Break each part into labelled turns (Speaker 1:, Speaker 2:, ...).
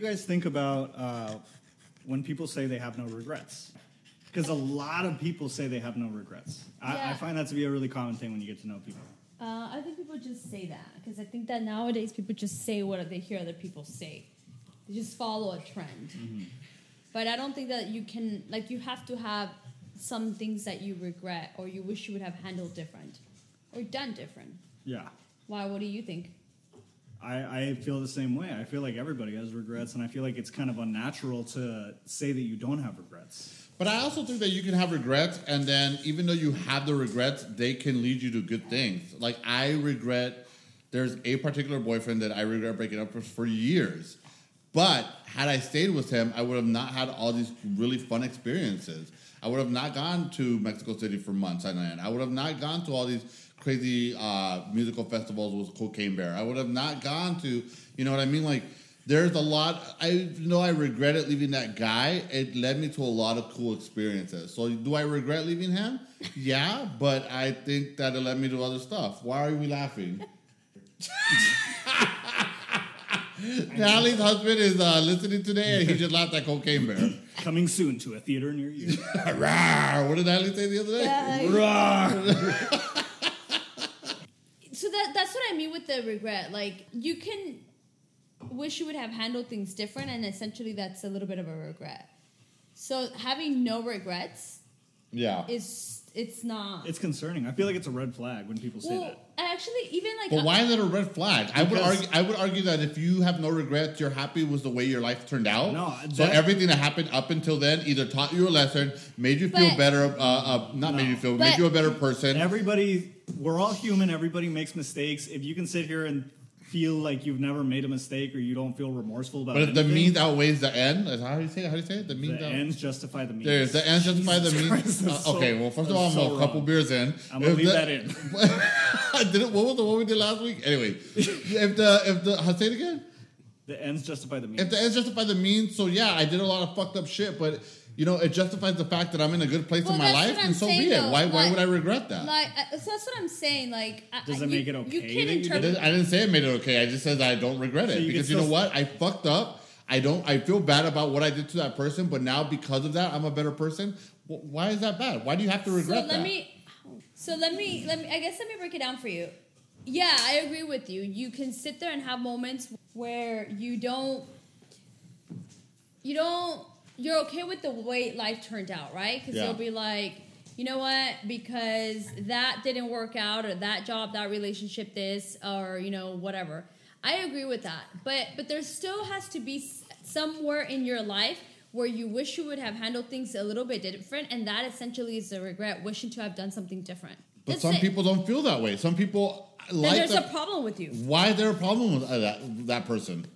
Speaker 1: guys think about uh, when people say they have no regrets? Because a lot of people say they have no regrets. I, I
Speaker 2: Yeah.
Speaker 1: find that to be a really common thing when you get to know people.
Speaker 2: Uh, I think people just say that because I think that nowadays people just say what they hear other people say. They just follow a trend. But I don't think that you can like you have to have some things that you regret or you wish you would have handled different or done different.
Speaker 1: Yeah.
Speaker 2: Why? What do you think?
Speaker 1: I, I feel the same way. I feel like everybody has regrets, and I feel like it's kind of unnatural to say that you don't have regrets.
Speaker 3: But I also think that you can have regrets, and then even though you have the regrets, they can lead you to good things. Like I regret, there's a particular boyfriend that I regret breaking up with for years. But had I stayed with him, I would have not had all these really fun experiences. I would have not gone to Mexico City for months on end. I would have not gone to all these crazy uh, musical festivals with Cocaine Bear. I would have not gone to, you know what I mean? Like, there's a lot. I know I regretted leaving that guy. It led me to a lot of cool experiences. So, do I regret leaving him? Yeah, but I think that it led me to other stuff. Why are we laughing? Natalie's husband is uh, listening today, and he just laughed at Cocaine Bear.
Speaker 1: Coming soon to a theater near you.
Speaker 3: Rawr! what did Natalie say the other day?
Speaker 1: Rawr.
Speaker 2: so that that's what I mean with the regret. Like you can wish you would have handled things different, and essentially that's a little bit of a regret. So having no regrets
Speaker 3: Yeah.
Speaker 2: is it's not.
Speaker 1: it's concerning. I feel like it's a red flag when people say
Speaker 2: well,
Speaker 1: that.
Speaker 2: actually, even like uh,
Speaker 3: But why is that a red flag? I would
Speaker 1: Because-
Speaker 3: argue. I would argue that if you have no regrets, you're happy with the way your life turned out.
Speaker 1: No,
Speaker 3: so
Speaker 1: that-
Speaker 3: everything that happened up until then either taught you a lesson, made you feel
Speaker 2: But-
Speaker 3: better. Uh, uh, not made you feel, made
Speaker 2: But-
Speaker 3: you a better person.
Speaker 1: Everybody, we're all human. Everybody makes mistakes. If you can sit here and feel like you've never made a mistake or you don't feel remorseful about
Speaker 3: but if
Speaker 1: anything,
Speaker 3: the means outweighs the end, is how do you say? It? How do you say it? The means.
Speaker 1: the
Speaker 3: out-
Speaker 1: ends justify the means.
Speaker 3: There's the end justify the
Speaker 1: Jesus
Speaker 3: means.
Speaker 1: Christ,
Speaker 3: uh,
Speaker 1: that's so-
Speaker 3: okay, well, first of
Speaker 1: that's
Speaker 3: all, I'm
Speaker 1: so
Speaker 3: a couple
Speaker 1: wrong.
Speaker 3: beers in.
Speaker 1: I'm gonna
Speaker 3: If
Speaker 1: leave
Speaker 3: the-
Speaker 1: that in.
Speaker 3: I did it. What was the one we did last week? Anyway, if the if the how say it again?
Speaker 1: The ends justify the means.
Speaker 3: If the ends justify the means, so yeah, I did a lot of fucked up shit, but you know, it justifies the fact that I'm in a good place
Speaker 2: Well,
Speaker 3: in my
Speaker 2: that's
Speaker 3: life,
Speaker 2: what
Speaker 3: and
Speaker 2: I'm
Speaker 3: so
Speaker 2: saying,
Speaker 3: be it.
Speaker 2: though.
Speaker 3: Why? Why
Speaker 2: Like-
Speaker 3: would I regret that?
Speaker 2: like I, so that's what I'm saying. Like I-
Speaker 1: Does
Speaker 2: I-
Speaker 1: it make
Speaker 2: you-
Speaker 1: it
Speaker 2: You
Speaker 1: okay
Speaker 2: can
Speaker 1: that you
Speaker 3: I
Speaker 1: did
Speaker 2: interpret.
Speaker 3: didn't, I didn't say it made it okay. I just said that I don't regret it
Speaker 1: you
Speaker 3: because
Speaker 1: can
Speaker 3: you know
Speaker 1: still-
Speaker 3: what? I fucked up. I don't. I feel bad about what I did to that person, but now because of that, I'm a better person. Wh- Why is that bad? Why do you have to
Speaker 2: So
Speaker 3: regret
Speaker 2: let
Speaker 3: that?
Speaker 2: me. So let me. Let me. I guess let me break it down for you. Yeah, I agree with you. You can sit there and have moments where you don't. You don't. You're okay with the way life turned out, right? Because
Speaker 3: Yeah.
Speaker 2: you'll be like, you know what? Because that didn't work out, or that job, that relationship, this, or you know, whatever. I agree with that, but but there still has to be s- somewhere in your life where you wish you would have handled things a little bit different, and that essentially is a regret, wishing to have done something different.
Speaker 3: but
Speaker 2: That's
Speaker 3: some
Speaker 2: it.
Speaker 3: people don't feel that way. Some people
Speaker 2: then
Speaker 3: like
Speaker 2: there's
Speaker 3: the,
Speaker 2: a problem with you.
Speaker 3: why is there a problem with uh, that that person?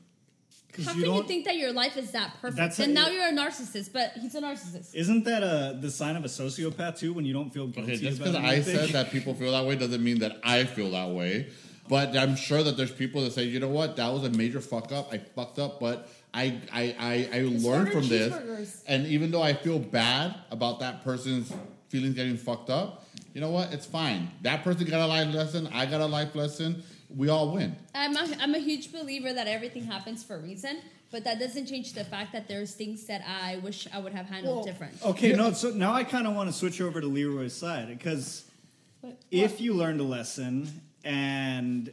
Speaker 1: 'Cause
Speaker 2: How
Speaker 1: you
Speaker 2: can you
Speaker 1: don't-
Speaker 2: think that your life is that perfect?
Speaker 1: That's a-
Speaker 2: and now you're a narcissist, but he's a narcissist.
Speaker 1: Isn't that a the sign of a sociopath too? When you don't feel guilty
Speaker 3: Okay, just
Speaker 1: about
Speaker 3: because I
Speaker 1: anything?
Speaker 3: said that people feel that way doesn't mean that I feel that way. But I'm sure that there's people that say, you know what, that was a major fuck up. I fucked up, but I I I, I learned
Speaker 2: order
Speaker 3: from
Speaker 2: cheeseburgers.
Speaker 3: this. And even though I feel bad about that person's feelings getting fucked up, you know what? It's fine. That person got a life lesson. I got a life lesson. We all win.
Speaker 2: I'm a, I'm a huge believer that everything happens for a reason, but that doesn't change the fact that there's things that I wish I would have handled
Speaker 1: Well,
Speaker 2: different.
Speaker 1: Okay, no. So now I kind of want to switch over to Leroy's side because
Speaker 2: But-
Speaker 1: if you learned a lesson and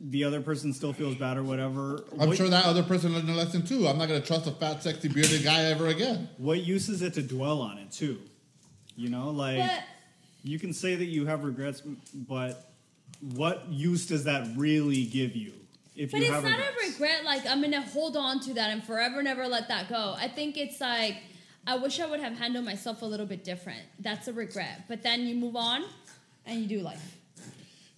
Speaker 1: the other person still feels bad or whatever,
Speaker 3: I'm
Speaker 1: what,
Speaker 3: sure that other person learned a lesson too. I'm not gonna trust a fat, sexy, bearded guy ever again.
Speaker 1: what use is it to dwell on it too? You know, like
Speaker 2: But-
Speaker 1: you can say that you have regrets, but what use does that really give you? If
Speaker 2: But
Speaker 1: you
Speaker 2: it's
Speaker 1: have
Speaker 2: not
Speaker 1: regrets?
Speaker 2: a regret. Like I'm gonna hold on to that and forever never let that go. I think it's like I wish I would have handled myself a little bit different. That's a regret. But then you move on and you do life.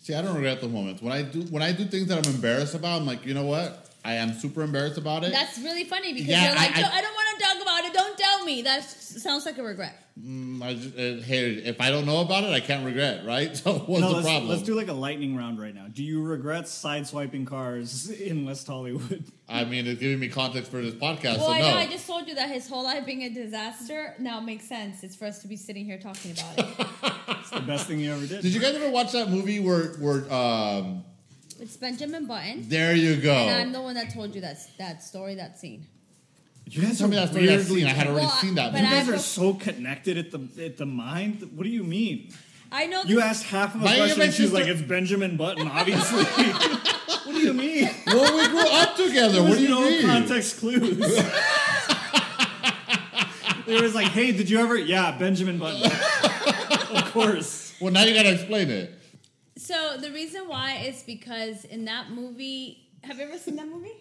Speaker 3: See, I don't regret the moments. When I do when I do things that I'm embarrassed about, I'm like, you know what? I am super embarrassed about it.
Speaker 2: That's really funny because
Speaker 3: Yeah,
Speaker 2: you're like,
Speaker 3: I-
Speaker 2: I,
Speaker 3: I-
Speaker 2: I don't want to talk about it. Don't tell me. That s- sounds like a regret.
Speaker 3: Mm, I just, uh, hey, if I don't know about it, I can't regret, right? So what's
Speaker 1: No,
Speaker 3: the
Speaker 1: let's,
Speaker 3: problem?
Speaker 1: let's do like a lightning round right now. Do you regret sideswiping cars in West Hollywood?
Speaker 3: I mean, it's giving me context for this podcast,
Speaker 2: Well,
Speaker 3: so
Speaker 2: I
Speaker 3: no.
Speaker 2: know. I just told you that his whole life being a disaster now makes sense. It's for us to be sitting here talking about it.
Speaker 1: It's the best thing you ever did.
Speaker 3: Did you guys ever watch that movie where where um
Speaker 2: it's Benjamin Button,
Speaker 3: there you go?
Speaker 1: Oh.
Speaker 2: and I'm the one that told you that that story, that scene.
Speaker 1: You guys
Speaker 3: Tell
Speaker 1: are
Speaker 3: me that story.
Speaker 1: weird.
Speaker 3: I've seen. I had already
Speaker 2: Well,
Speaker 3: seen that.
Speaker 2: but
Speaker 1: You
Speaker 3: movie.
Speaker 2: I-
Speaker 1: guys are so connected at the at the mind. What do you mean?
Speaker 2: I know.
Speaker 1: You asked half of a
Speaker 3: My-
Speaker 1: question,
Speaker 3: my
Speaker 1: and she's
Speaker 3: sister-
Speaker 1: like, "It's Benjamin Button, obviously." what do you mean?
Speaker 3: well, we grew up together.
Speaker 1: There
Speaker 3: What
Speaker 1: was
Speaker 3: do you
Speaker 1: no
Speaker 3: mean?
Speaker 1: context clues. there was like, "Hey, did you ever?" Yeah, Benjamin Button. of course.
Speaker 3: Well, now you gotta explain it.
Speaker 2: so the reason why is because in that movie, have you ever seen that movie?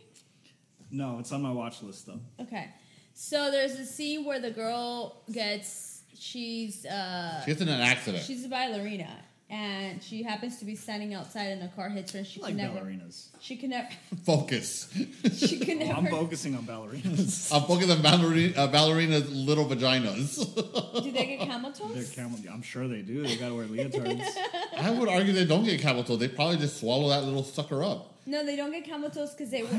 Speaker 1: No, it's on my watch list though.
Speaker 2: Okay. So there's a scene where the girl gets she's uh
Speaker 3: She gets in an accident.
Speaker 2: she's a ballerina and she happens to be standing outside and a car hits her and she
Speaker 1: I like
Speaker 2: can never
Speaker 1: ballerinas.
Speaker 2: she can never
Speaker 3: Focus.
Speaker 2: she can never
Speaker 1: I'm focusing on ballerinas.
Speaker 3: I'm focused on ballerina, uh, ballerina's little vaginas.
Speaker 2: do they get
Speaker 1: They're
Speaker 2: comatose?
Speaker 1: camel. I'm sure they do. They gotta wear leotards.
Speaker 3: I would argue they don't get camel toe. They probably just swallow that little sucker up.
Speaker 2: No, they don't get comatose because they were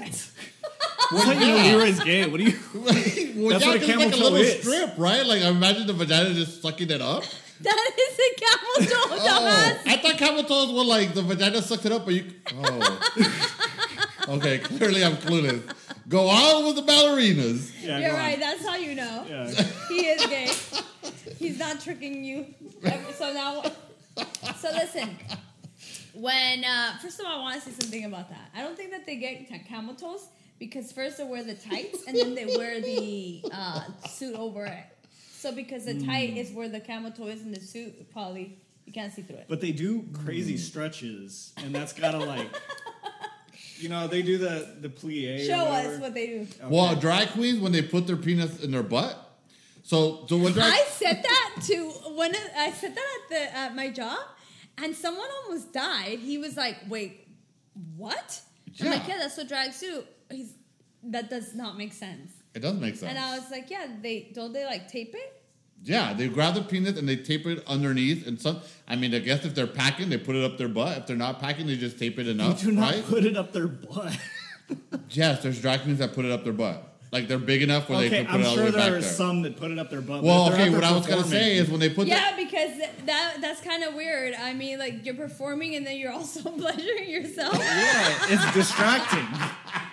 Speaker 1: What's that? You know, Leroy's gay. What do you?
Speaker 3: well, yeah,
Speaker 1: what a
Speaker 3: 'cause it's
Speaker 1: camel
Speaker 3: like a
Speaker 1: toe
Speaker 3: little
Speaker 1: is.
Speaker 3: strip, right? Like, imagine the vagina just sucking it up.
Speaker 2: That is a comatose
Speaker 3: Oh,
Speaker 2: dumbass.
Speaker 3: I thought camel toes were like the vagina sucked it up, but you. Oh. okay, clearly I'm clueless. Go on with the ballerinas.
Speaker 1: Yeah,
Speaker 2: You're
Speaker 1: go on.
Speaker 2: right, that's how you know.
Speaker 1: Yeah.
Speaker 2: He is gay. He's not tricking you. So now, so listen. When uh, first of all, I want to say something about that. I don't think that they get ca- camel toes because first they wear the tights and then they wear the uh, suit over it. So because the
Speaker 3: Hmm.
Speaker 2: tight is where the camel toe is in the suit, probably you can't see through it.
Speaker 1: But they do
Speaker 3: Hmm.
Speaker 1: crazy stretches, and that's gotta like, you know, they do the the plie. or
Speaker 2: Show us
Speaker 1: whatever.
Speaker 2: what they do.
Speaker 1: Okay.
Speaker 3: Well, drag queens when they put their penis in their butt. So, so when drag
Speaker 2: I said that to one. Of, I said that at the at my job, and someone almost died. He was like, "Wait, what?" I'm like,
Speaker 3: Yeah.
Speaker 2: "Yeah, that's what drags do." He's that does not make sense.
Speaker 3: it does make sense.
Speaker 2: And uh, I was like, "Yeah, they don't they like tape it?"
Speaker 3: yeah, they grab the penis and they tape it underneath. And some, I mean, I guess if they're packing, they put it up their butt. If they're not packing, they just tape it
Speaker 1: they
Speaker 3: enough.
Speaker 1: do not
Speaker 3: right?
Speaker 1: put it up their butt.
Speaker 3: yes, there's drag queens that put it up their butt. Like they're big enough where they
Speaker 1: okay,
Speaker 3: can put
Speaker 1: I'm
Speaker 3: it all the
Speaker 1: sure
Speaker 3: way back
Speaker 1: there are
Speaker 3: there.
Speaker 1: some that put it up their butt. but
Speaker 3: well,
Speaker 1: if they're
Speaker 3: okay,
Speaker 1: out
Speaker 3: what
Speaker 1: there
Speaker 3: I was gonna
Speaker 1: performing-
Speaker 3: say is when they put
Speaker 2: Yeah, because that that's kind of weird. I mean, like you're performing and then you're also pleasuring yourself.
Speaker 1: yeah, it's distracting.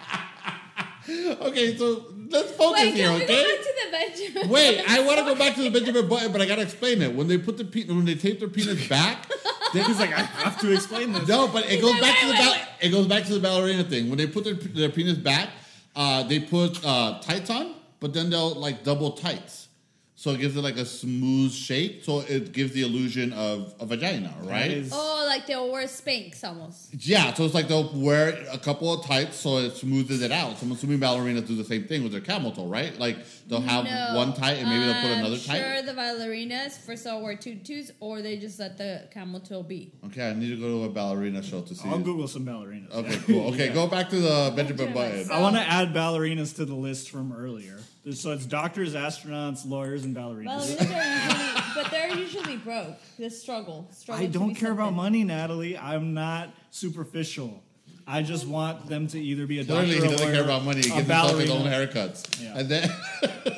Speaker 3: the okay, so let's focus
Speaker 2: Wait,
Speaker 3: here,
Speaker 2: can we go
Speaker 3: okay?
Speaker 2: back to the bedroom?
Speaker 3: Wait, I want to go back to the Benjamin Button, but I gotta explain it. When they put the pe- when they tape their penis back, they,
Speaker 1: He's like, I have to explain this.
Speaker 3: No, but it goes
Speaker 2: like,
Speaker 3: back
Speaker 2: wait,
Speaker 3: to the
Speaker 2: wait,
Speaker 3: ball-
Speaker 2: wait.
Speaker 3: it goes back to the ballerina thing. When they put their, their penis back, uh, they put uh, tights on, but then they'll like double tights, so it gives it like a smooth shape. So it gives the illusion of a vagina,
Speaker 1: That
Speaker 3: right?
Speaker 1: is-
Speaker 2: Oh, like they were Spanx almost.
Speaker 3: yeah, so it's like they'll wear a couple of tights, so it smooths it out. So I'm assuming ballerinas do the same thing with their camel toe, right? Like they'll have
Speaker 2: No.
Speaker 3: one tight and maybe they'll put
Speaker 2: I'm
Speaker 3: another
Speaker 2: Sure,
Speaker 3: tight.
Speaker 2: the ballerinas first all wear tutus, or they just let the camel toe be.
Speaker 3: Okay, I need to go to a ballerina show to see.
Speaker 1: I'll
Speaker 3: it.
Speaker 1: Google some ballerinas.
Speaker 3: Okay,
Speaker 1: yeah.
Speaker 3: cool. Okay, go back to the Benjamin
Speaker 2: Benjamin
Speaker 3: Button.
Speaker 2: Button.
Speaker 1: I want to add ballerinas to the list from earlier. So it's doctors, astronauts, lawyers, and ballerinas.
Speaker 2: Ballerinas are usually, but they're usually broke. The struggle, struggle.
Speaker 1: I
Speaker 2: to
Speaker 1: don't
Speaker 2: be
Speaker 1: care about
Speaker 2: something.
Speaker 1: money, Natalie. I'm not superficial. I just want them to either be a doctor
Speaker 3: Clearly,
Speaker 1: or
Speaker 3: he
Speaker 1: a
Speaker 3: doesn't
Speaker 1: lawyer,
Speaker 3: care about money. He
Speaker 1: a
Speaker 3: gives himself his own
Speaker 1: ballerina.
Speaker 3: haircuts.
Speaker 1: Yeah.
Speaker 3: And then,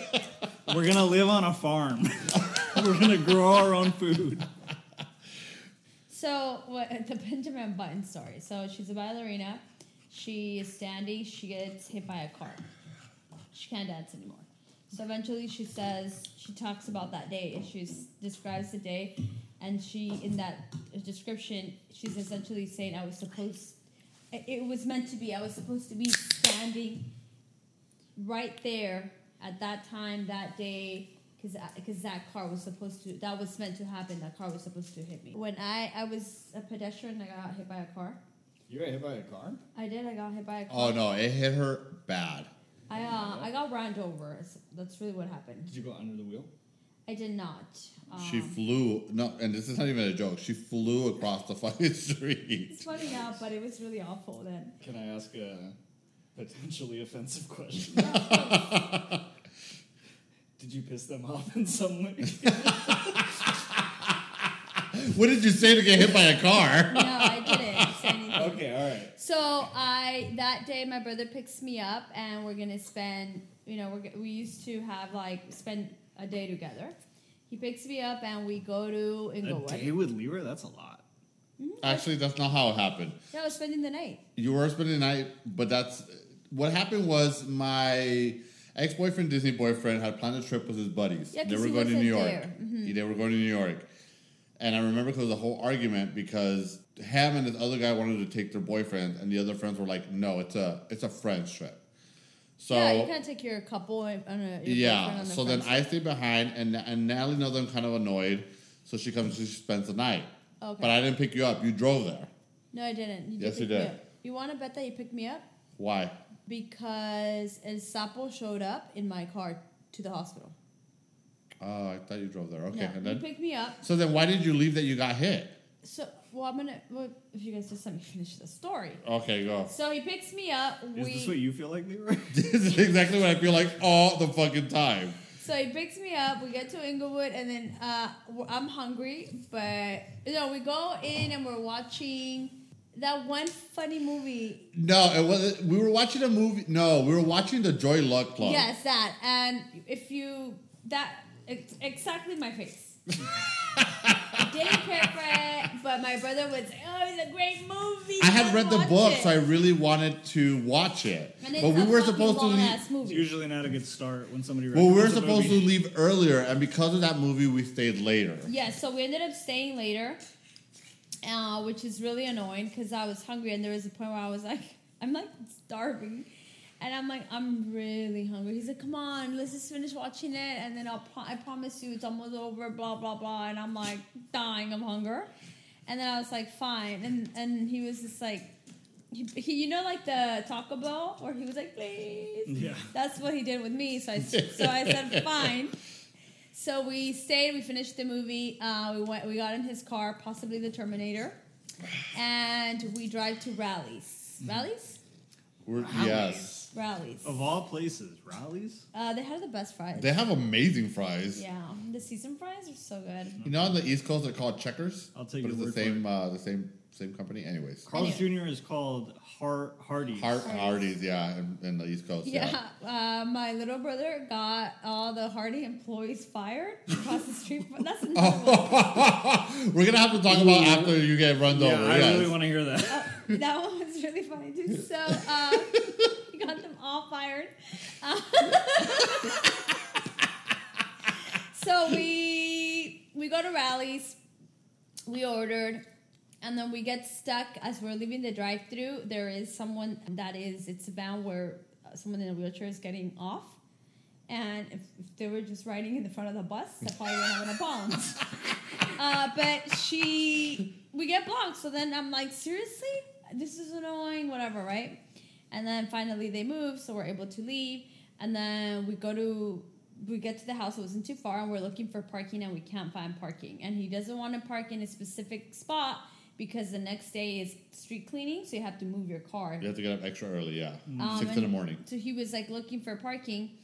Speaker 1: We're gonna live on a farm. We're gonna grow our own food.
Speaker 2: So what, the Benjamin Button story. So she's a ballerina. She is standing. She gets hit by a car. She can't dance anymore. So eventually, she says she talks about that day and she describes the day, and she in that description she's essentially saying I was supposed, it- it was meant to be. I was supposed to be standing right there at that time that day because because that car was supposed to that was meant to happen that car was supposed to hit me when i i was a pedestrian i got hit by a car
Speaker 1: You got hit by a car?
Speaker 2: i did i got hit by a car
Speaker 3: oh no, it hit her bad.
Speaker 2: i uh i got ran over So that's really what happened
Speaker 1: you go under the wheel?
Speaker 2: i did not um,
Speaker 3: She flew. No, and this is not even a joke. She flew across the fucking street.
Speaker 2: it's funny now but it was really awful then
Speaker 1: Can I ask a potentially offensive question? Did you piss them off in some way?
Speaker 3: What did you say to get hit by a car?
Speaker 2: no i didn't say anything
Speaker 1: okay, all right.
Speaker 2: So I that day my brother picks me up and we're gonna spend you know we're, g- we used to have like spend a day together. He picks me up and we go to
Speaker 1: A
Speaker 2: Inglewood.
Speaker 1: day with Leroy? That's a lot.
Speaker 3: Actually, that's not how it happened.
Speaker 2: Yeah, I was spending the night.
Speaker 3: You were spending the night, but that's what happened was my. Ex boyfriend, Disney boyfriend, had planned a trip with his buddies.
Speaker 2: Yeah,
Speaker 3: they
Speaker 2: 'cause
Speaker 3: were
Speaker 2: he
Speaker 3: going to
Speaker 2: wasn't
Speaker 3: New York.
Speaker 2: there. Mm-hmm.
Speaker 3: They were going to New York. And I remember because the whole argument because him and this other guy wanted to take their boyfriend, and the other friends were like, "No, it's a it's a friends trip." So
Speaker 2: yeah, you can't take your couple and on a your boyfriend
Speaker 3: yeah.
Speaker 2: on their
Speaker 3: So then
Speaker 2: friends.
Speaker 3: I stayed behind, and and Natalie knows I'm kind of annoyed, so she comes and she spends the night.
Speaker 2: Okay.
Speaker 3: But I didn't pick you up. You drove there.
Speaker 2: no, I didn't. You
Speaker 3: Yes,
Speaker 2: pick
Speaker 3: you
Speaker 2: me
Speaker 3: did.
Speaker 2: up. You want to bet that you picked me up
Speaker 3: Why?
Speaker 2: because El Sapo showed up in my car to the hospital.
Speaker 3: Oh, I thought you drove there. Okay.
Speaker 2: No,
Speaker 3: and
Speaker 2: you
Speaker 3: then,
Speaker 2: picked me up.
Speaker 3: so then why did you leave that you got hit?
Speaker 2: So well, I'm gonna. Well, if you guys just let me finish the story.
Speaker 3: Okay, go.
Speaker 2: So he picks me up.
Speaker 1: Is
Speaker 2: we
Speaker 1: this what you feel like, Leroy?
Speaker 3: this is exactly what I feel like all the fucking time.
Speaker 2: So he picks me up. We get to Inglewood, and then uh, w- I'm hungry. But you know, we go in and we're watching that one funny movie.
Speaker 3: No, it was. We were watching a movie. No, we were watching the Joy Luck Club.
Speaker 2: Yes, that. And if you that it's exactly my face. Didn't care for it, but my brother was. Oh, it's a great movie.
Speaker 3: I had
Speaker 2: Let's
Speaker 3: read the
Speaker 2: watch
Speaker 3: book,
Speaker 2: it."
Speaker 3: so I really wanted to watch it.
Speaker 2: And it's
Speaker 3: but we
Speaker 2: a
Speaker 3: were
Speaker 2: fucking
Speaker 3: supposed to leave.
Speaker 2: long-ass
Speaker 1: It's
Speaker 2: movie.
Speaker 1: usually not a good start when somebody.
Speaker 3: Well, we were
Speaker 1: recommends a
Speaker 3: supposed to
Speaker 1: movie.
Speaker 3: leave earlier, and because of that movie, we stayed later.
Speaker 2: Yeah, so we ended up staying later, uh, which is really annoying because I was hungry and there was a point where I was like, I'm like starving. And I'm like, I'm really hungry. He's like, come on, let's just finish watching it and then I'll pro- I promise you it's almost over, blah, blah, blah. And I'm like dying of hunger. And then I was like, fine. And, and he was just like, he, he, you know, like the Taco Bell where he was like, please.
Speaker 1: Yeah.
Speaker 2: That's what he did with me. So I, so I said, fine. So we stayed. We finished the movie. Uh, we went. We got in his car, possibly the Terminator, and we drive to rallies.
Speaker 3: Mm-hmm.
Speaker 2: Rallies.
Speaker 3: We're, yes,
Speaker 2: Rallies.
Speaker 1: Of all places, Raleigh's.
Speaker 2: Uh, they had the best fries.
Speaker 3: they have amazing fries.
Speaker 2: yeah, the seasoned fries are so good.
Speaker 3: You know, on the East Coast, they're called Checkers.
Speaker 1: I'll take
Speaker 3: but
Speaker 1: your
Speaker 3: it's
Speaker 1: word for
Speaker 3: the same, Uh, the same, same company. Anyways,
Speaker 1: Carl's Jr. is called Har- Hardee's.
Speaker 3: Har- Hardee's, yeah, in, in the East Coast. Yeah.
Speaker 2: Yeah, uh, my little brother got all the Hardy employees fired across the street. But
Speaker 3: Oh.
Speaker 2: that's another one.
Speaker 3: We're gonna have to talk about after you get run
Speaker 1: yeah,
Speaker 3: over.
Speaker 1: I
Speaker 3: yes.
Speaker 1: really want to hear that.
Speaker 2: That one was really funny too. So uh, he got them all fired. Uh, so we we go to rallies, we ordered, and then we get stuck as we're leaving the drive-through. There is someone that is it's a van where someone in a wheelchair is getting off. And if, if they were just riding in the front of the bus, they probably would have a problem. Uh, but she, we get blocked. So then I'm like, seriously, this is annoying, whatever, right? And then finally they move, so we're able to leave. And then we go to, we get to the house. It wasn't too far, and we're looking for parking, and we can't find parking. And he doesn't want to park in a specific spot because the next day is street cleaning, so you have to move your car.
Speaker 3: You have to get up extra early. Yeah,
Speaker 1: Mm.
Speaker 2: Um,
Speaker 3: six in
Speaker 2: and
Speaker 3: the morning.
Speaker 2: So he was like looking for parking,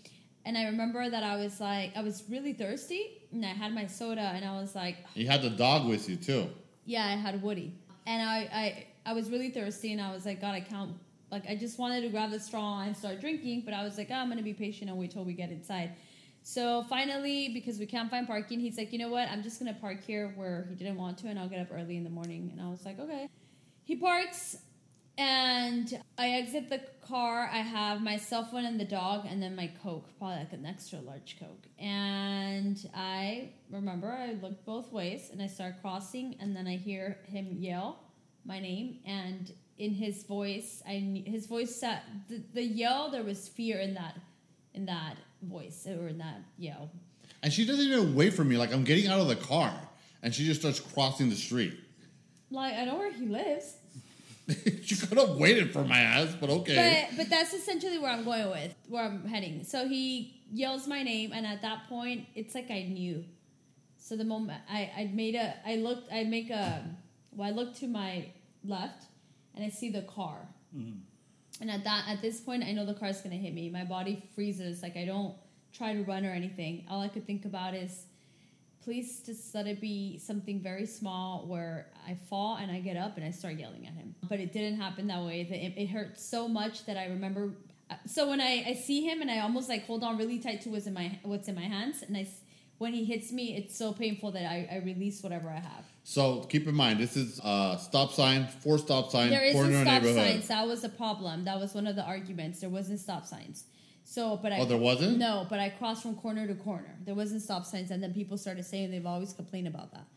Speaker 2: and I remember that I was like, I was really thirsty, and I had my soda, and I was like,
Speaker 3: You had the dog with you too.
Speaker 2: yeah, I had Woody, and I, I, I was really thirsty, and I was like, God, I can't. Like, I just wanted to grab the straw and start drinking, but I was like, oh, I'm gonna be patient and wait till we get inside. So finally, because we can't find parking, he's like, you know what? I'm just gonna park here where he didn't want to, and I'll get up early in the morning. And I was like, okay. He parks, and I exit the car. I have my cell phone and the dog, and then my Coke, probably like an extra large Coke. And I remember I looked both ways and I start crossing, and then I hear him yell my name. And in his voice, I kn- his voice sa the, the yell. There was fear in that in that voice or in that yell.
Speaker 3: And she doesn't even wait for me. Like I'm getting out of the car, and she just starts crossing the street.
Speaker 2: Like I know where he lives.
Speaker 3: she could have waited for my ass, but okay.
Speaker 2: But but that's essentially where I'm going with where I'm heading. So he yells my name, and at that point, it's like I knew. So the moment I I made a I looked I make a well I look to my left, and I see the car. And at that at this point, I know the car's gonna hit me. My body freezes. Like I don't try to run or anything. All I could think about is. Please just let it be something very small where I fall and I get up and I start yelling at him. But it didn't happen that way. The- It, it hurt so much that I remember. So when I, I see him and I almost like hold on really tight to what's in my what's in my hands, and I s- when he hits me, it's so painful that I, I release whatever I have.
Speaker 3: so keep in mind, this is uh, stop sign, four stop sign,
Speaker 2: There isn't
Speaker 3: corner
Speaker 2: stop
Speaker 3: neighborhood.
Speaker 2: signs. That was a problem. That was one of the arguments. There wasn't stop signs. So, but I
Speaker 3: Oh, there wasn't?
Speaker 2: No, but I crossed from corner to corner. There wasn't stop signs, and then people started saying they've always complained about that.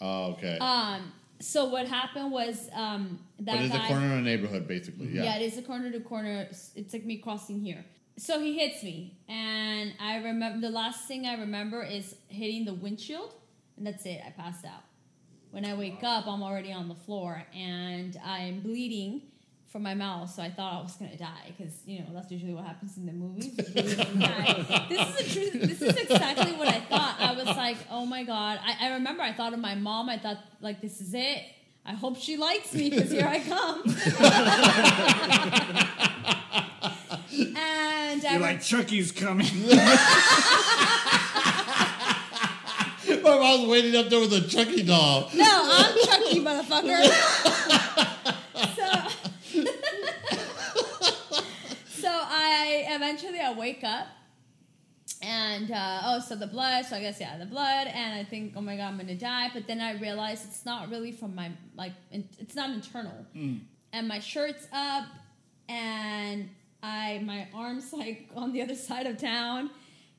Speaker 3: Oh, okay.
Speaker 2: Um. So what happened was um that
Speaker 3: but it's
Speaker 2: guy.
Speaker 3: a corner of a neighborhood, basically. Yeah.
Speaker 2: yeah. it is a corner to corner. S- It took me crossing here. So he hits me, and I remember the last thing I remember is hitting the windshield, and that's it. I passed out. When I wake up, I'm already on the floor and I'm bleeding from my mouth. So I thought I was gonna die because you know that's usually what happens in the movies. you bleed and die. this is the truth. This is exactly what I thought. I was like, oh my god. I, I remember I thought of my mom. I thought like, this is it. I hope she likes me because here I come. and I
Speaker 1: You're
Speaker 2: re-
Speaker 1: like Chucky's coming.
Speaker 3: My mom's waiting up there with a Chucky doll.
Speaker 2: No, I'm Chucky, motherfucker. so, so I eventually I wake up and uh, oh, so the blood. So I guess yeah, the blood, and I think oh my god, I'm gonna die. But then I realize it's not really from my like in, it's not internal, and my shirt's up, and I my arms like on the other side of town.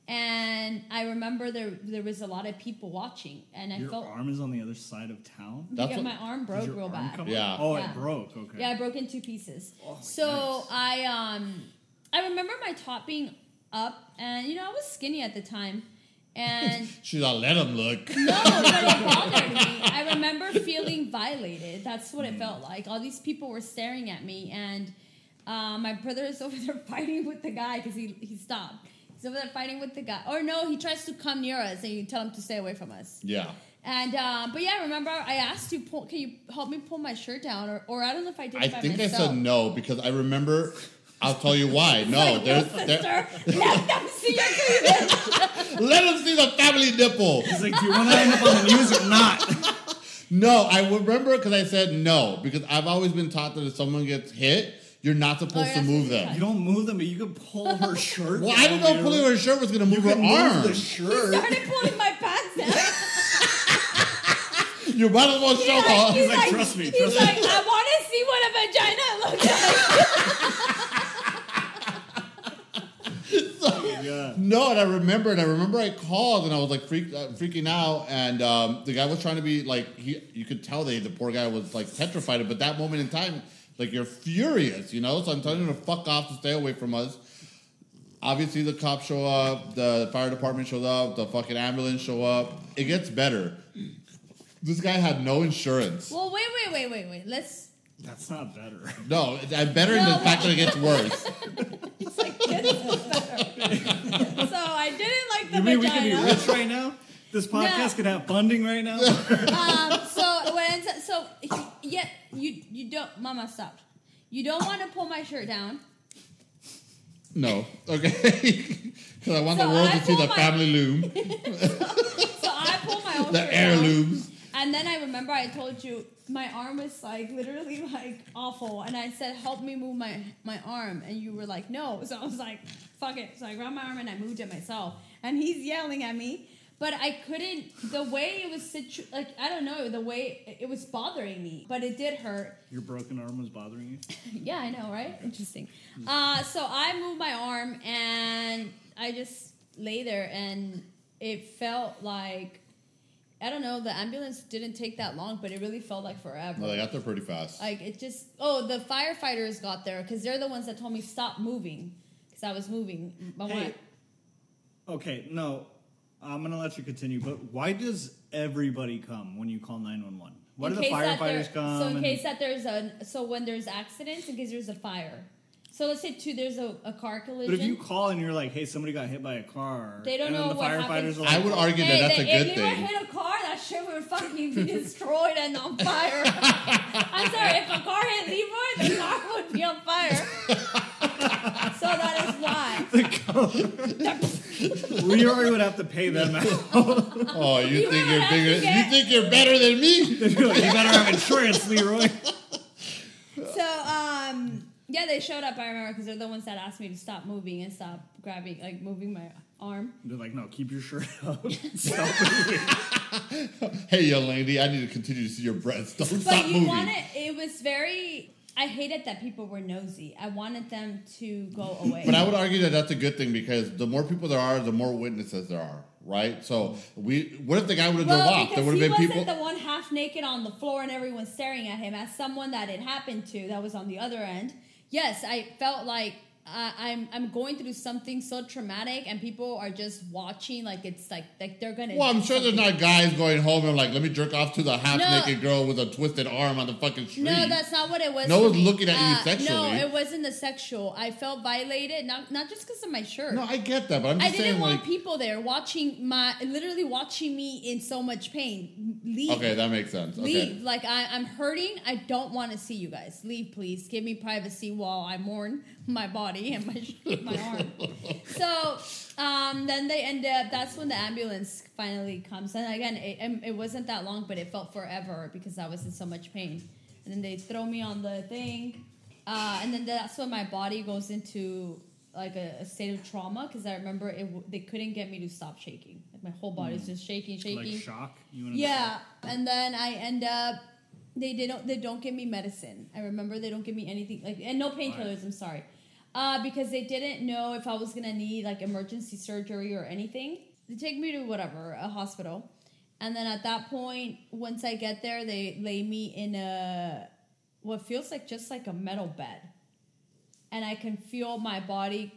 Speaker 2: And I remember there there was a lot of people watching, and I
Speaker 1: Your
Speaker 2: felt
Speaker 1: arm is on the other side of town.
Speaker 3: That's
Speaker 2: yeah,
Speaker 3: what-
Speaker 2: my arm
Speaker 1: Did
Speaker 2: broke
Speaker 1: your
Speaker 2: real
Speaker 1: arm
Speaker 2: bad.
Speaker 1: come
Speaker 3: Yeah.
Speaker 1: off? Oh,
Speaker 2: Yeah.
Speaker 1: it broke. Okay.
Speaker 2: Yeah, I broke in two pieces.
Speaker 1: Oh,
Speaker 2: so
Speaker 1: nice.
Speaker 2: I um I remember my top being up and you know, I was skinny at the time. And
Speaker 3: She's like, let him look.
Speaker 2: no, but it bothered me. I remember feeling violated. That's what it felt like. All these people were staring at me, and uh, my brother is over there fighting with the guy because he, he stopped. He's over there fighting with the guy. Or no, he tries to come near us, and you tell him to stay away from us.
Speaker 3: Yeah.
Speaker 2: And um, but yeah, remember I asked you, pull, can you help me pull my shirt down, or, or I don't know if I did.
Speaker 3: I
Speaker 2: it by
Speaker 3: think I
Speaker 2: myself.
Speaker 3: said no because I remember. I'll tell you why. No,
Speaker 2: Like, no,
Speaker 3: there's,
Speaker 2: sister,
Speaker 3: there,
Speaker 2: let them see your cleavage.
Speaker 3: let him see the family nipple.
Speaker 1: He's like, do you want to end up on the news or not?
Speaker 3: No, I remember because I said no because I've always been taught that if someone gets hit, you're not supposed
Speaker 2: Oh,
Speaker 3: to
Speaker 2: yeah,
Speaker 3: move
Speaker 2: that's
Speaker 1: You
Speaker 3: them.
Speaker 1: don't move them, but you can pull her shirt.
Speaker 3: Well, I don't know if
Speaker 1: down,
Speaker 3: pulling
Speaker 1: dude.
Speaker 3: her shirt was going to
Speaker 1: You
Speaker 3: move her
Speaker 1: can move
Speaker 3: arm.
Speaker 1: the shirt.
Speaker 2: Started pulling my pants down.
Speaker 3: You might as well show
Speaker 2: He's like,
Speaker 3: off.
Speaker 2: he's
Speaker 1: like,
Speaker 2: like,
Speaker 1: "Trust me,
Speaker 2: he's
Speaker 1: trust me."
Speaker 2: like, I want to see what a vagina looks like.
Speaker 1: Yeah.
Speaker 3: No, and I remember, and I remember I called, and I was like freak, uh, freaking out, and um, the guy was trying to be like, he, you could tell they, the poor guy was like petrified, but that moment in time, like you're furious, you know. So I'm telling him to fuck off, to stay away from us. Obviously, the cops show up, the fire department shows up, the fucking ambulance show up. It gets better. This guy had no insurance.
Speaker 2: Well, wait, wait, wait, wait, wait. Let's.
Speaker 1: That's not better.
Speaker 3: No, I'm better in the
Speaker 2: No.
Speaker 3: fact that it gets worse.
Speaker 2: It's like, this is better. so I didn't like the
Speaker 1: You mean we could be
Speaker 2: vagina.
Speaker 1: rich right now? This podcast could have funding right now.
Speaker 2: um, so what ends up, so he- yeah, you you don't, Mama, stop. You don't want to pull my shirt down.
Speaker 3: No, okay, because I want
Speaker 2: So
Speaker 3: the world
Speaker 2: I
Speaker 3: to see the
Speaker 2: pull my-
Speaker 3: family loom,
Speaker 2: So I pull my own shirt
Speaker 3: the
Speaker 2: down.
Speaker 3: heirlooms.
Speaker 2: And then I remember I told you my arm was like literally like awful, and I said, "Help me move my my arm," and you were like, "No." So I was like, "Fuck it." So I grabbed my arm and I moved it myself, and he's yelling at me, but I couldn't. The way it was situ- like I don't know the way it- it was bothering me, but it did hurt.
Speaker 1: Your broken arm was bothering you.
Speaker 2: Yeah, I know, right? Interesting. Uh, so I moved my arm and I just lay there, and it felt like I don't know. The ambulance didn't take that long, but it really felt like forever.
Speaker 3: No, Oh, they got there pretty fast.
Speaker 2: like it just oh, the firefighters got there because they're the ones that told me stop moving because I was moving. But
Speaker 1: Hey.
Speaker 2: when I-
Speaker 1: Okay, no, I'm gonna let you continue. But why does everybody come when you call 911? Why
Speaker 2: in
Speaker 1: do the
Speaker 2: case that there-
Speaker 1: firefighters come?
Speaker 2: So in
Speaker 1: and-
Speaker 2: case that there's a so when there's accidents, in case there's a fire. So let's say two, there's a, a car collision.
Speaker 1: but if you call and you're like, "Hey, somebody got hit by a car,"
Speaker 2: They don't
Speaker 1: and
Speaker 2: know
Speaker 1: then the
Speaker 2: what
Speaker 1: firefighters
Speaker 2: happened.
Speaker 1: are like,
Speaker 3: I would argue
Speaker 2: Hey,
Speaker 3: that that's a
Speaker 2: that-
Speaker 3: good
Speaker 2: if you
Speaker 3: thing.
Speaker 2: were hit a car, that shit would fucking be destroyed and on fire. I'm sorry, if a car hit Leroy, the car would be on fire. so that is why.
Speaker 1: Leroy would have to pay them. out.
Speaker 3: Oh, you,
Speaker 2: You would
Speaker 3: think you're
Speaker 2: have
Speaker 3: bigger?
Speaker 2: to get-
Speaker 3: You think you're better than me?
Speaker 1: They'd be like, you better have insurance, Leroy.
Speaker 2: So, um, yeah, they showed up. I remember because they're the ones that asked me to stop moving and stop grabbing, like moving my arm.
Speaker 1: They're like, "No, keep your shirt up." Stop moving."
Speaker 3: Hey, young lady, I need to continue to see your breasts. Don't
Speaker 2: But
Speaker 3: stop
Speaker 2: you
Speaker 3: moving.
Speaker 2: want it. It was very. I hated that people were nosy. I wanted them to go away.
Speaker 3: But I would argue that that's a good thing because the more people there are, the more witnesses there are, right? So we, what if the guy would have
Speaker 2: well,
Speaker 3: drove off?
Speaker 2: because
Speaker 3: There would
Speaker 2: he
Speaker 3: have been
Speaker 2: wasn't
Speaker 3: people.
Speaker 2: the one half naked on the floor and everyone staring at him. As someone that it happened to, that was on the other end. Yes, I felt like uh, I'm I'm going through something so traumatic, and people are just watching like it's like like they're gonna.
Speaker 3: well, I'm
Speaker 2: do
Speaker 3: sure there's
Speaker 2: something.
Speaker 3: not guys going home and like, let me jerk off to the half naked girl with a twisted arm on the fucking street.
Speaker 2: No, that's not what it was.
Speaker 3: No
Speaker 2: for
Speaker 3: one's
Speaker 2: me. Uh,
Speaker 3: looking at you
Speaker 2: No,
Speaker 3: sexually.
Speaker 2: it wasn't the sexual. I felt violated, not not just because of my shirt.
Speaker 3: No, I get that, but I'm
Speaker 2: I
Speaker 3: just
Speaker 2: didn't
Speaker 3: saying,
Speaker 2: want
Speaker 3: like,
Speaker 2: people there watching my, literally watching me in so much pain. Leave.
Speaker 3: okay, that makes sense. Okay.
Speaker 2: Leave. Like I, I'm hurting. I don't want to see you guys. Leave, please. Give me privacy while I mourn my body and my my arm. So um, then they end up. That's when the ambulance finally comes. And again, it, um, it wasn't that long, but it felt forever because I was in so much pain. And then they throw me on the thing, uh, and then that's when my body goes into like a, a state of trauma because I remember it. w- They couldn't get me to stop shaking. Like my whole body was just shaking, shaking.
Speaker 1: Like shock. You wanna-
Speaker 2: Yeah, and then I end up. They didn't. They don't give me medicine. I remember they don't give me anything like and no painkillers. I'm sorry, uh, because they didn't know if I was gonna need like emergency surgery or anything. They take me to whatever a hospital, and then at that point, once I get there, they lay me in a what feels like just like a metal bed, and I can feel my body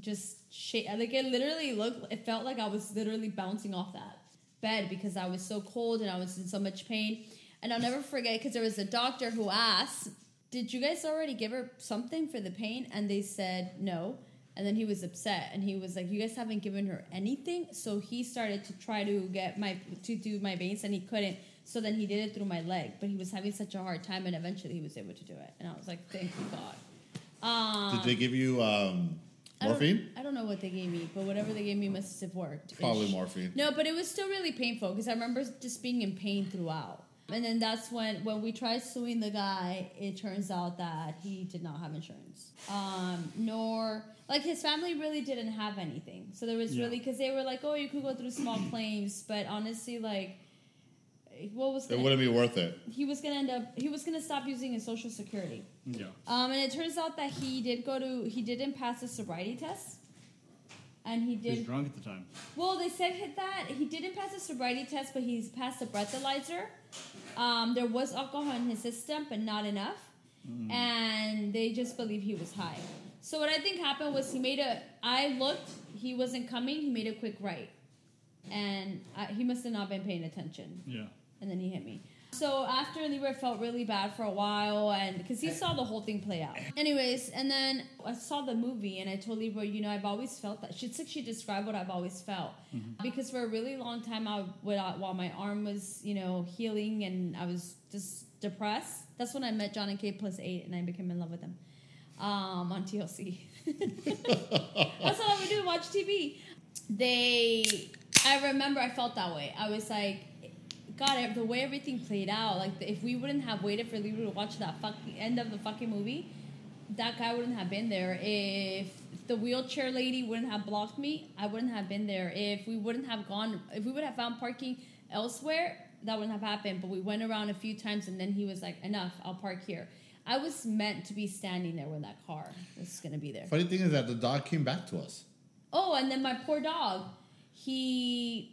Speaker 2: just shake. Like it literally looked. It felt like I was literally bouncing off that bed because I was so cold and I was in so much pain. And I'll never forget because there was a doctor who asked, "Did you guys already give her something for the pain?" And they said no. And then he was upset and he was like, "You guys haven't given her anything." So he started to try to get my to do my veins and he couldn't. So then he did it through my leg, but he was having such a hard time, and eventually he was able to do it. And I was like, "Thank you, God." Um,
Speaker 3: Did they give you um,
Speaker 2: I don't-
Speaker 3: morphine?
Speaker 2: I don't, know what they gave me, but whatever they gave me must have worked.
Speaker 3: Probably morphine.
Speaker 2: No, but it was still really painful because I remember just being in pain throughout. And then that's when when we tried suing the guy, it turns out that he did not have insurance, um, nor like his family really didn't have anything. So there was
Speaker 1: Yeah.
Speaker 2: really because they were like, oh, you could go through small claims, but honestly, like, what was
Speaker 3: It
Speaker 2: gonna-
Speaker 3: wouldn't be worth it.
Speaker 2: he was gonna end up he was gonna stop using his social security.
Speaker 1: Yeah.
Speaker 2: Um, and it turns out that he did go to he didn't pass the sobriety test, and he
Speaker 1: He was
Speaker 2: did.
Speaker 1: drunk at the time.
Speaker 2: Well, they said hit that he didn't pass the sobriety test, but he's passed the breathalyzer. Um, there was alcohol in his system, but not enough, and they just believe he was high. So what I think happened was he made a. I looked, he wasn't coming. He made a quick right, and I, he must have not been paying attention
Speaker 1: Yeah.
Speaker 2: and then he hit me. So after Libra felt really bad for a while, and because he saw the whole thing play out. Anyways, and then I saw the movie, and I told Libra, you know, I've always felt that. She's like she described what I've always felt, because for a really long time, I would, while my arm was, you know, healing, and I was just depressed. That's when I met John and K plus eight, and I became in love with them um, on TLC. That's all I would do, watch TV. They, I remember I felt that way. I was like, God, the way everything played out, like if we wouldn't have waited for Libra to watch that fucking end of the fucking movie, that guy wouldn't have been there. If the wheelchair lady wouldn't have blocked me, I wouldn't have been there. If we wouldn't have gone, if we would have found parking elsewhere, that wouldn't have happened. But we went around a few times, and then he was like, "Enough, I'll park here." I was meant to be standing there when that car was gonna be there.
Speaker 3: Funny thing is that the dog came back to us.
Speaker 2: Oh, and then my poor dog. He.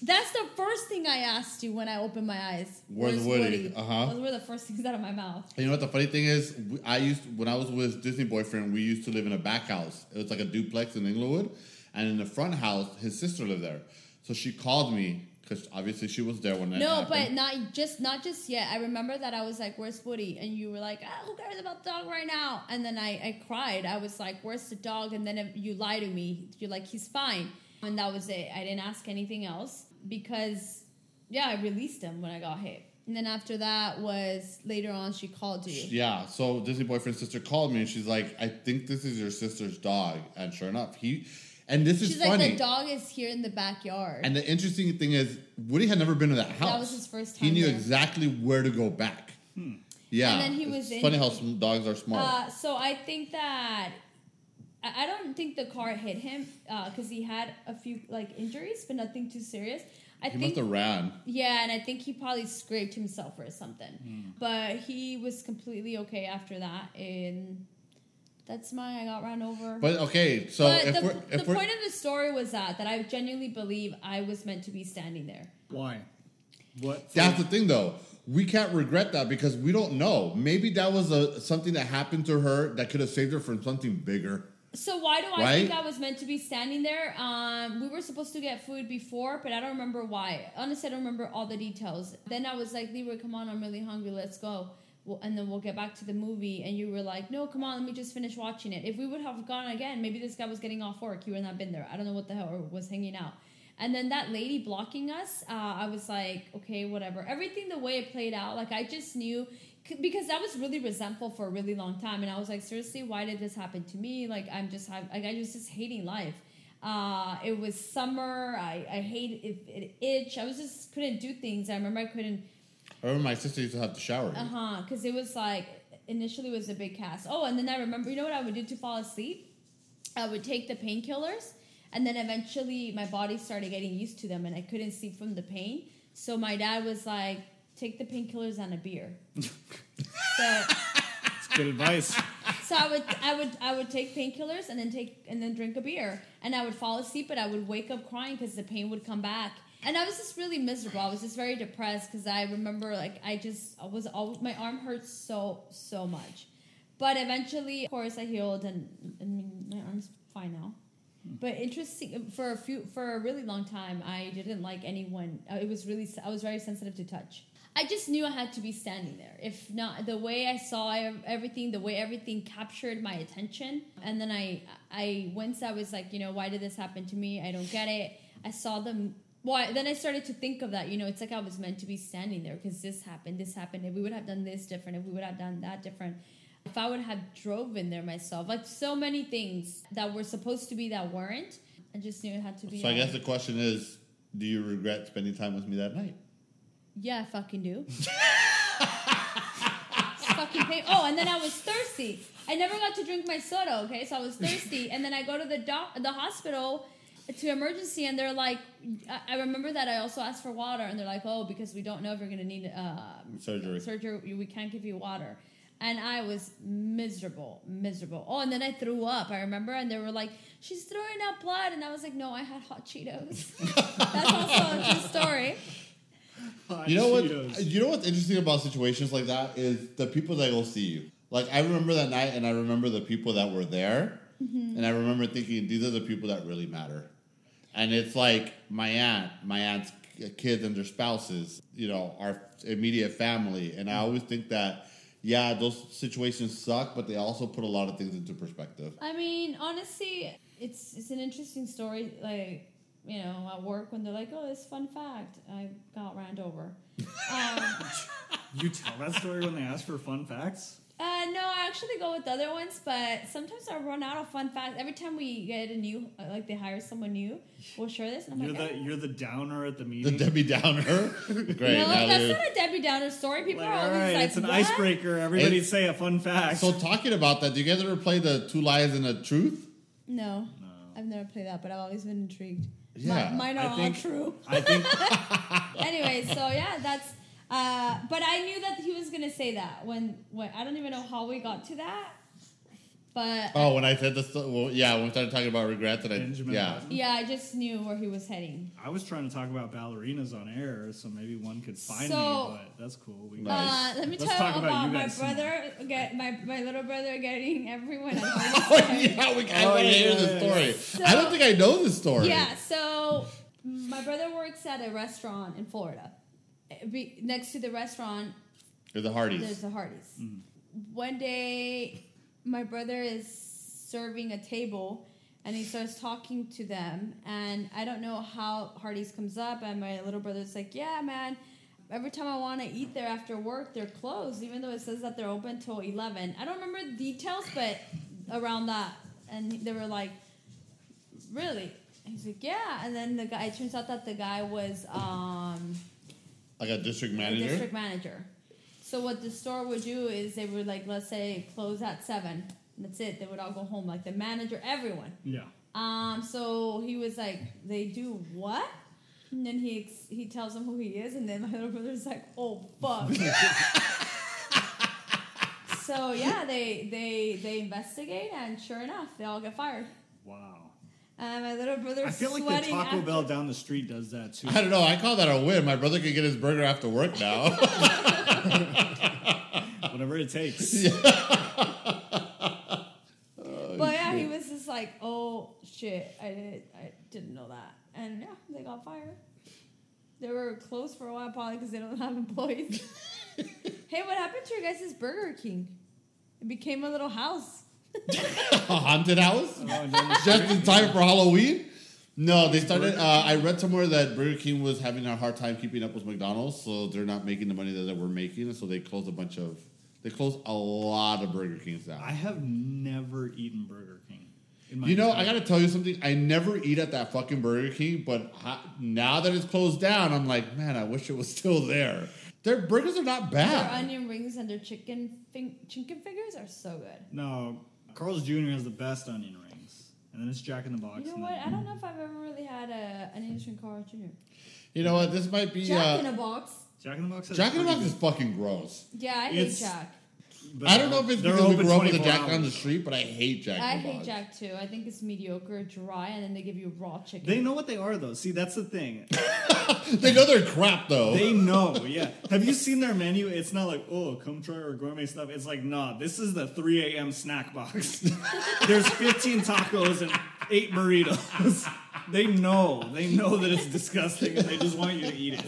Speaker 2: That's the first thing I asked you when I opened my eyes.
Speaker 3: Where's Woody? Uh-huh.
Speaker 2: Those were the first things out of my mouth.
Speaker 3: And you know what the funny thing is? We- I used when I was with Disney boyfriend, we used to live in a back house. It was like a duplex in Inglewood, and in the front house, his sister lived there. So she called me because obviously she was there when that
Speaker 2: No, but
Speaker 3: happened.
Speaker 2: not just not just yet. I remember that I was like, "Where's Woody?" And you were like, Ah, "Who cares about the dog right now?" And then I, I cried. I was like, "Where's the dog?" And then you lie to me. You're like, "He's fine," and that was it. I didn't ask anything else because, yeah, I released him when I got hit. And then after that was later on. She called you.
Speaker 3: yeah. So Disney boyfriend's sister called me, and she's like, "I think this is your sister's dog." And sure enough, he and this is
Speaker 2: She's
Speaker 3: funny.
Speaker 2: like, the dog is here in the backyard.
Speaker 3: And the interesting thing is, Woody had never been to that house.
Speaker 2: was his first
Speaker 3: He
Speaker 2: time
Speaker 3: knew
Speaker 2: there.
Speaker 3: exactly where to go back. Yeah.
Speaker 2: And then he
Speaker 3: It's
Speaker 2: was in-
Speaker 3: funny how some dogs are smart.
Speaker 2: uh, so I think that I I uh, don't think the car hit him because he had a few like injuries, but nothing too serious. I
Speaker 3: He
Speaker 2: think
Speaker 3: must have ran.
Speaker 2: yeah, and I think he probably scraped himself or something.
Speaker 3: Hmm.
Speaker 2: But he was completely okay after that, and that's mine. I got run over.
Speaker 3: But okay, so
Speaker 2: But
Speaker 3: if
Speaker 2: the,
Speaker 3: we're if
Speaker 2: the
Speaker 3: we're
Speaker 2: point of the story was that that I genuinely believe I was meant to be standing there.
Speaker 1: Why? What?
Speaker 3: That's the thing, though. We can't regret that because we don't know. Maybe that was a, something that happened to her that could have saved her from something bigger.
Speaker 2: So why do I think
Speaker 3: Right?
Speaker 2: I was meant to be standing there? Um, we were supposed to get food before, but I don't remember why. Honestly, I don't remember all the details. Then I was like, Libra, come on, I'm really hungry. Let's go. Well, and then we'll get back to the movie. And you were like, no, come on, let me just finish watching it. If we would have gone again, maybe this guy was getting off work. You would not been there. I don't know what the hell or was hanging out. And then that lady blocking us, uh, I was like, okay, whatever. Everything the way it played out, like I just knew c- because I was really resentful for a really long time, and I was like, seriously, why did this happen to me? Like I'm just have, like I was just hating life. Uh, it was summer. I I hate it, it itch. I was just couldn't do things. I remember I couldn't
Speaker 3: I remember my sister used to have to shower.
Speaker 2: uh huh. Because it was like initially it was a big cast. Oh, and then I remember. You know what I would do to fall asleep? I would take the painkillers, and then eventually my body started getting used to them, and I couldn't sleep from the pain. So my dad was like, "Take the painkillers and a beer." so,
Speaker 1: That's good advice.
Speaker 2: so I would, I would, I would take painkillers and then take and then drink a beer, and I would fall asleep, but I would wake up crying because the pain would come back. And I was just really miserable. I was just very depressed because I remember, like, I just I was all my arm hurt so so much. But eventually, of course, I healed, and I mean, my arm's fine now. But interesting for a few for a really long time, I didn't like anyone. Uh, It was really I was very sensitive to touch. I just knew I had to be standing there. If not, the way I saw ev- everything, the way everything captured my attention, and then I I once I was like, you know, why did this happen to me? I don't get it. I saw them. Well, then I started to think of that. You know, it's like I was meant to be standing there because this happened, this happened. If we would have done this different, if we would have done that different, if I would have drove in there myself, like so many things that were supposed to be that weren't. I just knew it had to be.
Speaker 3: So I
Speaker 2: that
Speaker 3: guess
Speaker 2: way.
Speaker 3: the question is, do you regret spending time with me that night?
Speaker 2: Yeah, I fucking do. It's fucking pain. Oh, and then I was thirsty. I never got to drink my soda. Okay, so I was thirsty, and then I go to the doc, the hospital, to emergency, and they're like, I, I remember that I also asked for water, and they're like, oh, because we don't know if you're gonna need um,
Speaker 3: Surgery.
Speaker 2: Surgery. We can't give you water. And I was miserable, miserable. Oh, and then I threw up. I remember, and they were like, "She's throwing up blood," and I was like, "No, I had hot Cheetos." That's also a true story.
Speaker 1: Hot
Speaker 3: You know what?
Speaker 1: Cheetos.
Speaker 3: You know what's interesting about situations like that is the people that will see you. Like I remember that night, and I remember the people that were there,
Speaker 2: Mm-hmm.
Speaker 3: and I remember thinking these are the people that really matter. And it's like my aunt, my aunt's k- kids and their spouses, you know, our immediate family. And I always think that, yeah, those situations suck, but they also put a lot of things into perspective.
Speaker 2: I mean, honestly, it's it's an interesting story. Like you know, at work when they're like, "Oh, it's fun fact, I got ran over." um,
Speaker 1: You tell that story when they ask for fun facts.
Speaker 2: uh, no, I actually go with the other ones, but sometimes I run out of fun facts. Every time we get a new, like they hire someone new, we'll share this, and I'm
Speaker 1: You're
Speaker 2: like,
Speaker 1: the
Speaker 2: "Eh."
Speaker 1: you're the downer at the
Speaker 3: The
Speaker 1: meeting.
Speaker 3: Debbie Downer. Great.
Speaker 2: no, that's
Speaker 3: Natalie.
Speaker 2: not a Debbie Downer story. People
Speaker 1: like,
Speaker 2: are
Speaker 1: all
Speaker 2: always
Speaker 1: right,
Speaker 2: like,
Speaker 1: it's an
Speaker 2: "What?"
Speaker 1: icebreaker. Everybody
Speaker 3: It's-
Speaker 1: say a fun fact.
Speaker 3: So talking about that, do you guys ever play the two lies and a truth?
Speaker 2: No,
Speaker 1: No.
Speaker 2: I've never played that, but I've always been intrigued.
Speaker 3: Yeah,
Speaker 2: Mi- mine
Speaker 1: I
Speaker 2: are all
Speaker 1: think-
Speaker 2: true.
Speaker 1: I think
Speaker 2: anyway, so yeah, that's. Uh, but I knew that he was gonna say that when, when I don't even know how we got to that, but
Speaker 3: Oh, when I said this, well, yeah, when we started talking about regrets, and I,
Speaker 1: Benjamin.
Speaker 3: yeah,
Speaker 1: Button.
Speaker 2: yeah, I just knew where he was heading.
Speaker 1: I was trying to talk about ballerinas on air, so maybe one could find
Speaker 2: So-
Speaker 1: me. But that's cool. We
Speaker 3: Nice.
Speaker 2: Uh, let me
Speaker 1: Let's
Speaker 2: tell
Speaker 1: talk
Speaker 2: you
Speaker 1: about
Speaker 2: about,
Speaker 1: you
Speaker 2: my
Speaker 1: guys some
Speaker 2: brother, get my my little brother getting everyone. at
Speaker 3: oh,
Speaker 2: Hardy's Fair.
Speaker 3: yeah, we, I
Speaker 1: Oh,
Speaker 3: want to
Speaker 1: yeah,
Speaker 3: hear
Speaker 1: yeah,
Speaker 3: this
Speaker 1: yeah, yeah.
Speaker 3: story. I don't think I know this story.
Speaker 2: Yeah, so my brother works at a restaurant in Florida. It'd Be, next to the restaurant,
Speaker 3: Or the Hardys.
Speaker 2: There's the Hardys. One day, my brother is serving a table, and he starts talking to them. And I don't know how Hardys comes up, and my little brother's like, "Yeah, man. Every time I want to eat there after work, they're closed, even though it says that they're open till 11." I don't remember the details, but around that, and they were like, "Really?" He's like, "Yeah." And then the guy. It turns out that the guy was. Um,
Speaker 3: like a district
Speaker 2: the
Speaker 3: manager.
Speaker 2: district manager. So what the store would do is they would like let's say close at seven. That's it. They would all go home. Like the manager, everyone.
Speaker 1: yeah.
Speaker 2: Um. So he was like, they do what? And then he ex- he tells him who he is, and then my little brother's like, "Oh fuck." so yeah, they they they investigate, and sure enough, they all get fired.
Speaker 1: Wow.
Speaker 2: And my little brother's
Speaker 1: I feel like the
Speaker 2: sweating.
Speaker 1: Taco
Speaker 2: after-
Speaker 1: Bell down the street does that too.
Speaker 3: I don't know. I call that a win. My brother could get his burger after work now.
Speaker 1: Whatever it takes. Oh,
Speaker 2: But yeah, he was just like, "Oh shit, I did I didn't know that," and yeah, they got fired. They were closed for a while, probably because they don't have employees. hey, what happened to your guys' Burger King? It became a little house.
Speaker 3: a haunted house?
Speaker 1: Oh, and then the
Speaker 3: Just in time for Halloween? No, they started. Uh, I read somewhere that Burger King was having a hard time keeping up with McDonald's, so they're not making the money that they were making, so they closed a bunch of. They closed a lot of Burger Kings down.
Speaker 1: I have never eaten Burger King. In my
Speaker 3: You know, I
Speaker 1: entire-
Speaker 3: gotta tell you something. I never eat at that fucking Burger King, but I, now that it's closed down, I'm like, man, I wish it was still there. Their burgers are not
Speaker 1: Ah.
Speaker 2: Their
Speaker 3: bad.
Speaker 2: onion rings and their chicken fin- chicken fingers are so good.
Speaker 1: No, Carl's Jr. has the best onion rings, and then it's Jack in the Box.
Speaker 2: You know
Speaker 1: and
Speaker 2: what?
Speaker 1: then-
Speaker 2: I don't know if I've ever really had a, an Asian Carl Jr.
Speaker 3: You know what? This might be
Speaker 2: Jack
Speaker 3: Jack,
Speaker 2: in
Speaker 3: uh,
Speaker 2: a box.
Speaker 1: Jack in the Box. Has
Speaker 3: Jack in the
Speaker 1: pretty
Speaker 3: Box is fucking gross.
Speaker 2: Yeah, I hate
Speaker 1: It's-
Speaker 2: Jack.
Speaker 1: good- but
Speaker 3: I don't know if it's
Speaker 1: they're
Speaker 3: because we
Speaker 1: open
Speaker 3: grew up with a
Speaker 1: 24
Speaker 3: Jack down the
Speaker 1: hours.
Speaker 3: street, but I hate Jack.
Speaker 2: I
Speaker 3: in the
Speaker 2: hate
Speaker 3: Box.
Speaker 2: Jack too. I think it's mediocre, dry, and then they give you raw chicken.
Speaker 1: They know what they are though. See, that's the thing.
Speaker 3: They know they're crap though.
Speaker 1: They know. Yeah. Have you seen their menu? It's not like oh, come try our gourmet stuff. It's like nah, this is the 3 a.m. snack box. There's 15 tacos and eight burritos. They know. They know that it's disgusting, and they just want you to eat it.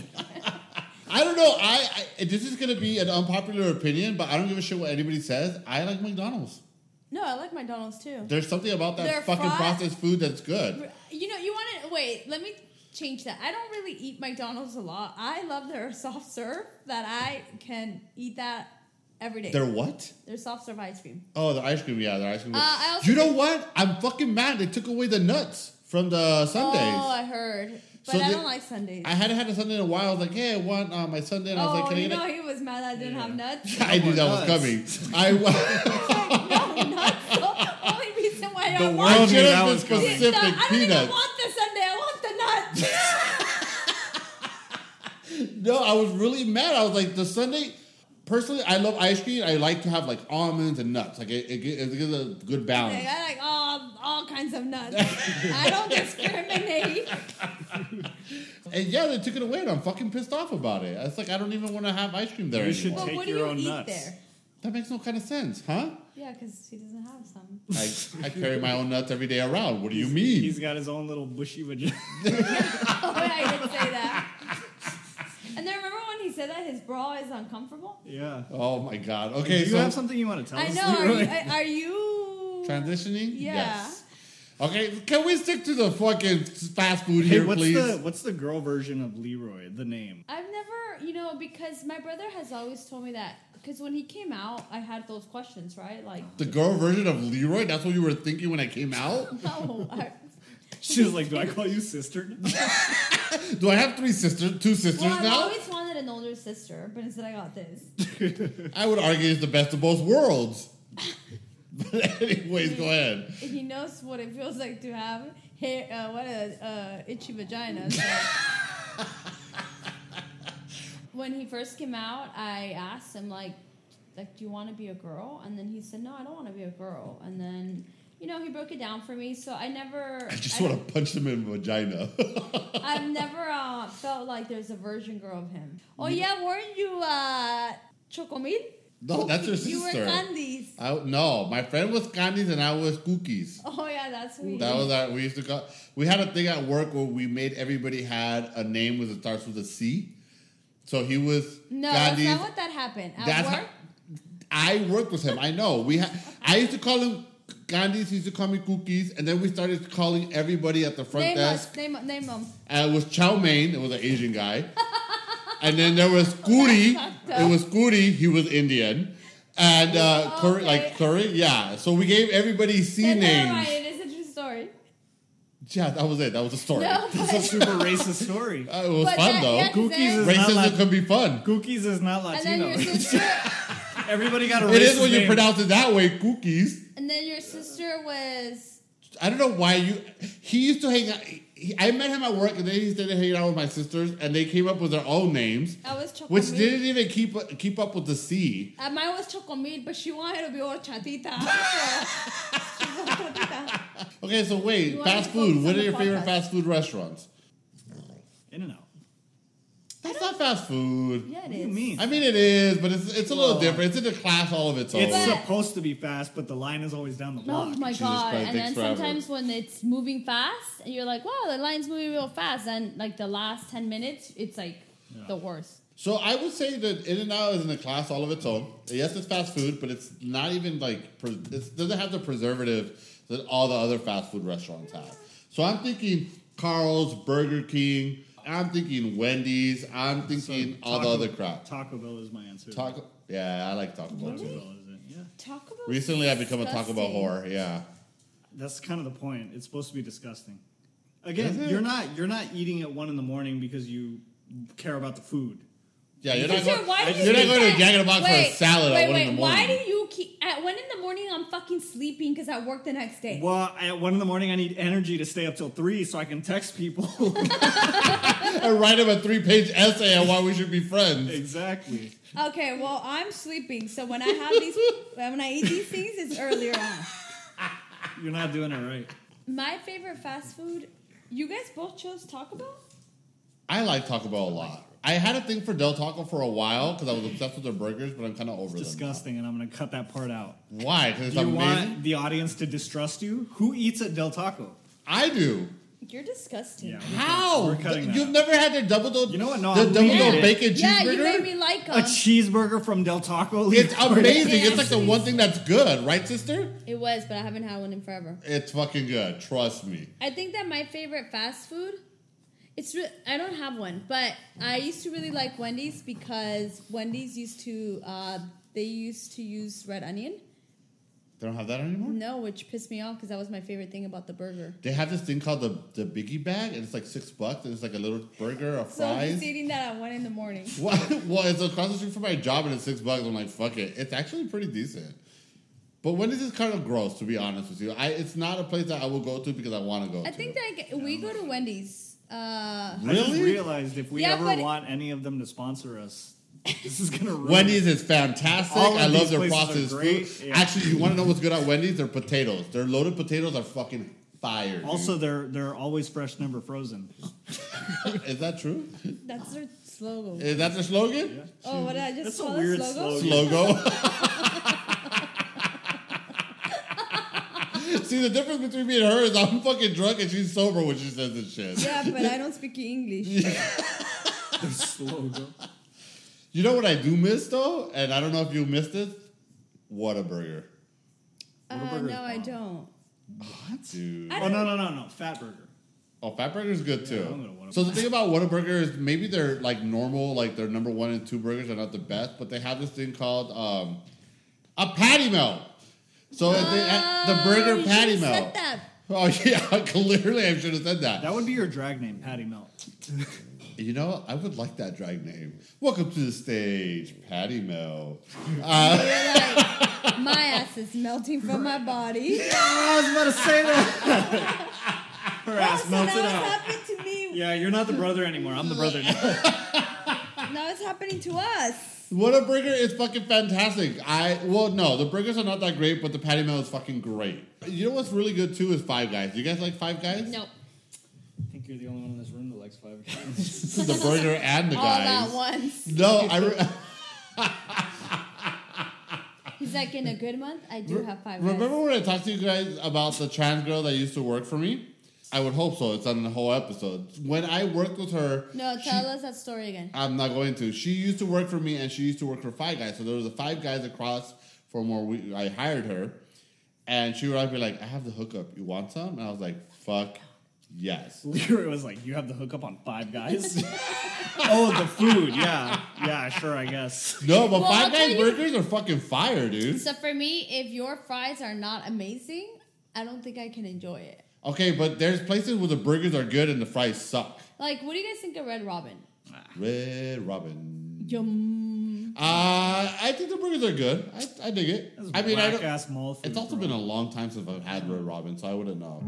Speaker 3: I don't know. I, I this is gonna be an unpopular opinion, but I don't give a shit what anybody says. I like McDonald's.
Speaker 2: no, I like McDonald's too.
Speaker 3: There's something about that
Speaker 2: Their
Speaker 3: fucking
Speaker 2: fries-
Speaker 3: processed food that's good.
Speaker 2: You know, you want to wait. Let me change that. I don't really eat McDonald's a lot. I love their soft serve that I can eat that every day.
Speaker 3: They're what?
Speaker 2: Their soft serve ice cream.
Speaker 3: Oh, the ice cream. Yeah, the ice cream.
Speaker 2: Uh, I also
Speaker 3: you know
Speaker 2: think-
Speaker 3: what? I'm fucking mad. They took away the nuts from the Sundays.
Speaker 2: Oh, I heard, but
Speaker 3: So
Speaker 2: I
Speaker 3: they-
Speaker 2: don't like Sundays.
Speaker 3: I hadn't had a Sunday in a while. I was like, hey, I want uh, my Sunday. And I was
Speaker 2: oh,
Speaker 3: like, can I
Speaker 2: you
Speaker 3: get
Speaker 2: know
Speaker 3: it?
Speaker 2: he was mad that I didn't have nuts.
Speaker 3: I knew
Speaker 1: Oh, nuts.
Speaker 3: that was coming. I,
Speaker 2: no, nuts. The only reason why I want
Speaker 3: the world
Speaker 1: knew
Speaker 3: should
Speaker 1: that
Speaker 3: have been
Speaker 1: was coming.
Speaker 2: It's not-
Speaker 3: specific
Speaker 2: I don't even
Speaker 3: peanuts.
Speaker 2: want the Sunday. I want the nuts.
Speaker 3: No, I was really mad. I was like, the Sunday. Personally, I love ice cream. I like to have like almonds and nuts. Like it, it, gi- it gives a good
Speaker 2: Like,
Speaker 3: balance.
Speaker 2: I like all all kinds of nuts. I don't discriminate.
Speaker 3: And yeah, they took it away, and I'm fucking pissed off about it. It's like I don't even want to have ice cream there
Speaker 1: You should
Speaker 3: anymore.
Speaker 2: Well,
Speaker 1: Take
Speaker 2: what do
Speaker 1: your
Speaker 2: you
Speaker 1: own
Speaker 2: eat
Speaker 1: nuts.
Speaker 2: there?
Speaker 3: That makes no kind of sense, huh?
Speaker 2: Yeah, because he doesn't have some.
Speaker 3: I, I carry my own nuts every day around. What do you mean?
Speaker 1: He's got his own little bushy vagina.
Speaker 2: oh, yeah, I did say that. And then remember when he said that his bra is uncomfortable?
Speaker 1: Yeah.
Speaker 3: oh my god.
Speaker 1: Do
Speaker 3: Okay,
Speaker 1: you
Speaker 3: so
Speaker 1: have something you want to tell
Speaker 2: I
Speaker 1: us?
Speaker 2: know. Are
Speaker 1: Leroy?
Speaker 2: you? Are you
Speaker 3: transitioning.
Speaker 2: Yeah.
Speaker 3: Yes. Okay, can we stick to the fucking fast food
Speaker 1: Hey,
Speaker 3: here,
Speaker 1: what's
Speaker 3: please?
Speaker 1: the what's the girl version of Leroy? The name.
Speaker 2: I've never, you know, because my brother has always told me that. Because when he came out, I had those questions, right? Like,
Speaker 3: The girl version of Leroy? That's what you were thinking when I came out?
Speaker 2: no, oh, I,
Speaker 1: She was like, "Do I call you sister?"
Speaker 3: Do I have three sisters, two sisters
Speaker 2: well, I've
Speaker 3: now?
Speaker 2: always wanted an older sister, but instead I got this.
Speaker 3: I would argue it's the best of both worlds. But anyways, go ahead.
Speaker 2: He knows what it feels like to have hair, uh, what a uh, itchy vagina. So. when he first came out, I asked him like, like, do you want to be a girl? And then he said, no, I don't want to be a girl. And then. You know, he broke it down for me, so I never.
Speaker 3: I just want to punch them in the vagina.
Speaker 2: I've never uh, felt like there's a virgin girl of him. Oh yeah, weren't you uh, Chocomil?
Speaker 3: no, Oh, that's her
Speaker 2: You were
Speaker 3: sister.
Speaker 2: candies.
Speaker 3: I, no, my friend was candies and I was cookies.
Speaker 2: Oh yeah, that's who. he
Speaker 3: That
Speaker 2: is.
Speaker 3: was our. We used to call. We had a thing at work where we made everybody had a name with that starts with a C. So he was
Speaker 2: no,
Speaker 3: Gandhi's-
Speaker 2: that's not what that happened at
Speaker 3: that's
Speaker 2: work.
Speaker 3: how- I worked with him. I know. We had. I used to call him Gandhi's. He used to call me Cookies, and then we started calling everybody at the front
Speaker 2: Name
Speaker 3: desk.
Speaker 2: us. Name name them.
Speaker 3: And it was Chow Mein. It was an Asian guy. and then there was Kuri.
Speaker 2: fucked up.
Speaker 3: It was Kuri. He was Indian. And uh, curry,
Speaker 2: Okay.
Speaker 3: like curry, yeah. So we gave everybody C
Speaker 2: That's
Speaker 3: names.
Speaker 2: not right. It is a true story.
Speaker 3: Yeah, that was it. That was the story.
Speaker 2: No,
Speaker 1: It's a
Speaker 2: but,
Speaker 1: super racist story.
Speaker 3: Uh, it was
Speaker 2: But
Speaker 3: fun
Speaker 2: that-
Speaker 3: though.
Speaker 2: that-
Speaker 1: Cookies
Speaker 2: Zane.
Speaker 1: is not
Speaker 3: Racism
Speaker 1: Lat-
Speaker 3: can be fun.
Speaker 1: Cookies is not
Speaker 2: and then
Speaker 1: Latino.
Speaker 2: your sister,
Speaker 1: Everybody got a racist
Speaker 3: It is when you
Speaker 1: name.
Speaker 3: pronounce it that way, cookies.
Speaker 2: and then your sister was.
Speaker 3: I don't know why you. He used to hang out. he, I met him at work, and then he started hanging out with my sisters, and they came up with their own names,
Speaker 2: I was Chocomil.
Speaker 3: which didn't even keep keep up with the C.
Speaker 2: Uh, mine was Chocomil, but she wanted to be horchatita. So- she was horchatita.
Speaker 3: Okay, so
Speaker 2: You
Speaker 3: wait,
Speaker 2: wanna
Speaker 3: fast
Speaker 2: focus
Speaker 3: food.
Speaker 2: on
Speaker 3: What are
Speaker 2: the
Speaker 3: your favorite
Speaker 2: podcast.
Speaker 3: fast food restaurants?
Speaker 1: In and out.
Speaker 3: That's not fast food.
Speaker 2: Yeah, it
Speaker 1: What do you
Speaker 2: is.
Speaker 1: mean?
Speaker 3: I mean, it is, but it's it's a little
Speaker 1: Well,
Speaker 3: different. It's in a class all of its own.
Speaker 1: It's
Speaker 2: But-
Speaker 1: supposed to be fast, but the line is always down the
Speaker 2: Oh
Speaker 1: block.
Speaker 2: my
Speaker 3: Jesus
Speaker 2: god!
Speaker 3: Christ,
Speaker 2: and
Speaker 3: takes
Speaker 2: then
Speaker 3: forever.
Speaker 2: sometimes when it's moving fast, and you're like, "Wow, the line's moving real fast," and like the last ten minutes, it's like the worst.
Speaker 3: So I would say that In and Out is in a class all of its own. Yes, it's fast food, but it's not even like pre- it doesn't have the preservative that all the other fast food restaurants have. So I'm thinking Carl's, Burger King. I'm thinking Wendy's. I'm thinking all the other crap.
Speaker 1: Taco Bell is my answer.
Speaker 3: Taco. Yeah, I like Taco Bell
Speaker 1: Taco
Speaker 3: too.
Speaker 1: Bell is it? Yeah.
Speaker 2: Taco Bell.
Speaker 3: Recently, I've become a Taco Bell whore. Yeah.
Speaker 1: That's kind of the point. It's supposed to be disgusting.
Speaker 3: Is
Speaker 1: Again,
Speaker 3: it?
Speaker 1: you're not you're not eating at one in the morning because you care about the food.
Speaker 3: Yeah, you're not
Speaker 2: Teacher,
Speaker 3: going,
Speaker 2: why do you
Speaker 3: you're not
Speaker 2: keep
Speaker 3: going to
Speaker 2: at-
Speaker 3: Jack in the Box
Speaker 2: wait,
Speaker 3: for a salad
Speaker 2: wait,
Speaker 3: at 1
Speaker 2: wait,
Speaker 3: in the
Speaker 2: Why
Speaker 3: morning.
Speaker 2: do you keep at one in the morning? I'm fucking sleeping because I work the next day.
Speaker 1: Well, at one in the morning, I need energy to stay up till three so I can text people.
Speaker 3: I write him a three page essay on why we should be friends.
Speaker 1: exactly.
Speaker 2: Okay, well I'm sleeping, so when I have these, when I eat these things, it's earlier on.
Speaker 1: You're not doing it right.
Speaker 2: My favorite fast food. You guys both chose Taco Bell.
Speaker 3: I like Taco Bell a lot. I had a thing for Del Taco for a while because I was obsessed with their burgers, but I'm kind of over them.
Speaker 1: Disgusting, and I'm going to cut that part out.
Speaker 3: now. Why? Because it's
Speaker 1: You
Speaker 3: amazing.
Speaker 1: want the audience to distrust you? Who eats at Del Taco?
Speaker 3: I do.
Speaker 2: You're disgusting.
Speaker 1: Yeah.
Speaker 3: How?
Speaker 1: We're cutting that
Speaker 3: You've
Speaker 1: out.
Speaker 3: never had their double dough.
Speaker 1: You know what? No,
Speaker 3: the
Speaker 1: I'm
Speaker 3: double
Speaker 1: leaving
Speaker 3: dough
Speaker 1: it.
Speaker 3: bacon
Speaker 2: Yeah,
Speaker 3: cheeseburger.
Speaker 2: you made me like
Speaker 1: A
Speaker 2: them.
Speaker 1: cheeseburger from Del Taco?
Speaker 3: it's amazing.
Speaker 2: Yeah,
Speaker 3: it's like the one thing that's good, right, sister?
Speaker 2: it was, but I haven't had one in forever.
Speaker 3: It's fucking good. Trust me.
Speaker 2: I think that my favorite fast food. It's re- I don't have one, but I used to really like Wendy's because Wendy's used to uh, they used to use red onion.
Speaker 3: They don't have that anymore.
Speaker 2: No, which pissed me off because that was my favorite thing about the burger.
Speaker 3: They have this thing called the the biggie bag, and it's like six bucks, and it's like a little burger, a
Speaker 2: So I'm
Speaker 3: fries.
Speaker 2: just eating that at one in the morning.
Speaker 3: Well, well, it's across the street from my job, and it's six bucks. I'm like, fuck it. It's actually pretty decent. But Wendy's is kind of gross, to be honest with you. I, it's not a place that I will go to because I want to go.
Speaker 2: I
Speaker 3: to.
Speaker 2: think that I get- we go to Wendy's. Uh,
Speaker 1: I just
Speaker 3: Really?
Speaker 1: realized if we
Speaker 2: Yeah,
Speaker 1: ever
Speaker 2: but-
Speaker 1: want any of them to sponsor us, this is going to ruin
Speaker 3: Wendy's is fantastic.
Speaker 1: All of
Speaker 3: I love
Speaker 1: these
Speaker 3: their
Speaker 1: places are
Speaker 3: processed food.
Speaker 1: great, yeah.
Speaker 3: Actually, you want to know what's good at Wendy's? Their potatoes. Their loaded potatoes are fucking fire. dude.
Speaker 1: Also, they're they're always fresh, never frozen.
Speaker 3: is that true?
Speaker 2: that's their slogan.
Speaker 3: Is that their slogan?
Speaker 2: oh, what did I just
Speaker 1: That's a
Speaker 2: call
Speaker 1: weird
Speaker 2: it? Slogan?
Speaker 1: slogan.
Speaker 3: Logo. See the difference between me and her is I'm fucking drunk and she's sober when she says this shit.
Speaker 2: Yeah, but I don't speak English.
Speaker 1: Their slogan.
Speaker 3: You know what I do miss though, and I don't know if you missed it. Whataburger,
Speaker 2: Uh, no, I don't.
Speaker 3: dude.
Speaker 2: I
Speaker 1: Oh
Speaker 2: don't-
Speaker 1: no no no no! Fat burger.
Speaker 3: Oh, Fatburger's good
Speaker 1: Yeah, I'm
Speaker 3: too.
Speaker 1: gonna Whataburger.
Speaker 3: so the thing about Whataburger is maybe they're like normal, like their number one and two burgers are not the best, but they have this thing called um, a patty melt. So if they- the
Speaker 2: Oh,
Speaker 3: burger
Speaker 2: you
Speaker 3: patty
Speaker 2: should've said
Speaker 3: melt.
Speaker 2: that.
Speaker 3: Oh yeah, clearly I should have said that.
Speaker 1: That would be your drag name, Patty Melt.
Speaker 3: You know, I would like that drag name. Welcome to the stage, Patty Melt.
Speaker 2: You're like, my ass is melting from my body.
Speaker 1: I was about to say that. Her ass
Speaker 2: so now it's
Speaker 1: melted out.
Speaker 2: happening to me.
Speaker 1: Yeah, you're not the brother anymore. I'm the brother now.
Speaker 2: Now it's happening to us.
Speaker 3: What a burger is fucking fantastic. I well no, the burgers are not that great, but the patty melt is fucking great. You know what's really good too is Five Guys. You guys like Five Guys?
Speaker 2: No,
Speaker 1: I think you're the only one in this room that likes five.
Speaker 3: the burger and the
Speaker 2: all
Speaker 3: guys.
Speaker 2: at once.
Speaker 3: No, I re-
Speaker 2: He's like, in a good month, I do have five. guys."
Speaker 3: remember when I talked to you guys about the trans girl that used to work for me. I would hope so. It's on the whole episode. When I worked with her,
Speaker 2: No,
Speaker 3: she-
Speaker 2: tell us that story again.
Speaker 3: I'm not going to. She used to work for me, and she used to work for Five Guys. So there was a Five Guys across from where we, I hired her, and she would always be like, "I have the hookup. You want some?" And I was like, "Fuck, yes."
Speaker 1: Leroy was like, "You have the hookup on Five Guys." oh, the food. Yeah, yeah. Sure, I guess.
Speaker 3: No, but
Speaker 2: Well, I'll
Speaker 3: Five
Speaker 2: tell
Speaker 3: Guys
Speaker 2: you-
Speaker 3: burgers are fucking fire, dude.
Speaker 2: So for me, if your fries are not amazing, I don't think I can enjoy it.
Speaker 3: Okay, but there's places where the burgers are good and the fries suck.
Speaker 2: Like, what do you guys think of Red Robin?
Speaker 3: Red Robin.
Speaker 2: Yum.
Speaker 3: Uh, I think the burgers are good. I, I dig it.
Speaker 1: That's
Speaker 3: I mean, I don't.
Speaker 1: whack-ass mall food,
Speaker 3: It's also
Speaker 1: bro.
Speaker 3: been a long time since I've had Red Robin, so I wouldn't know.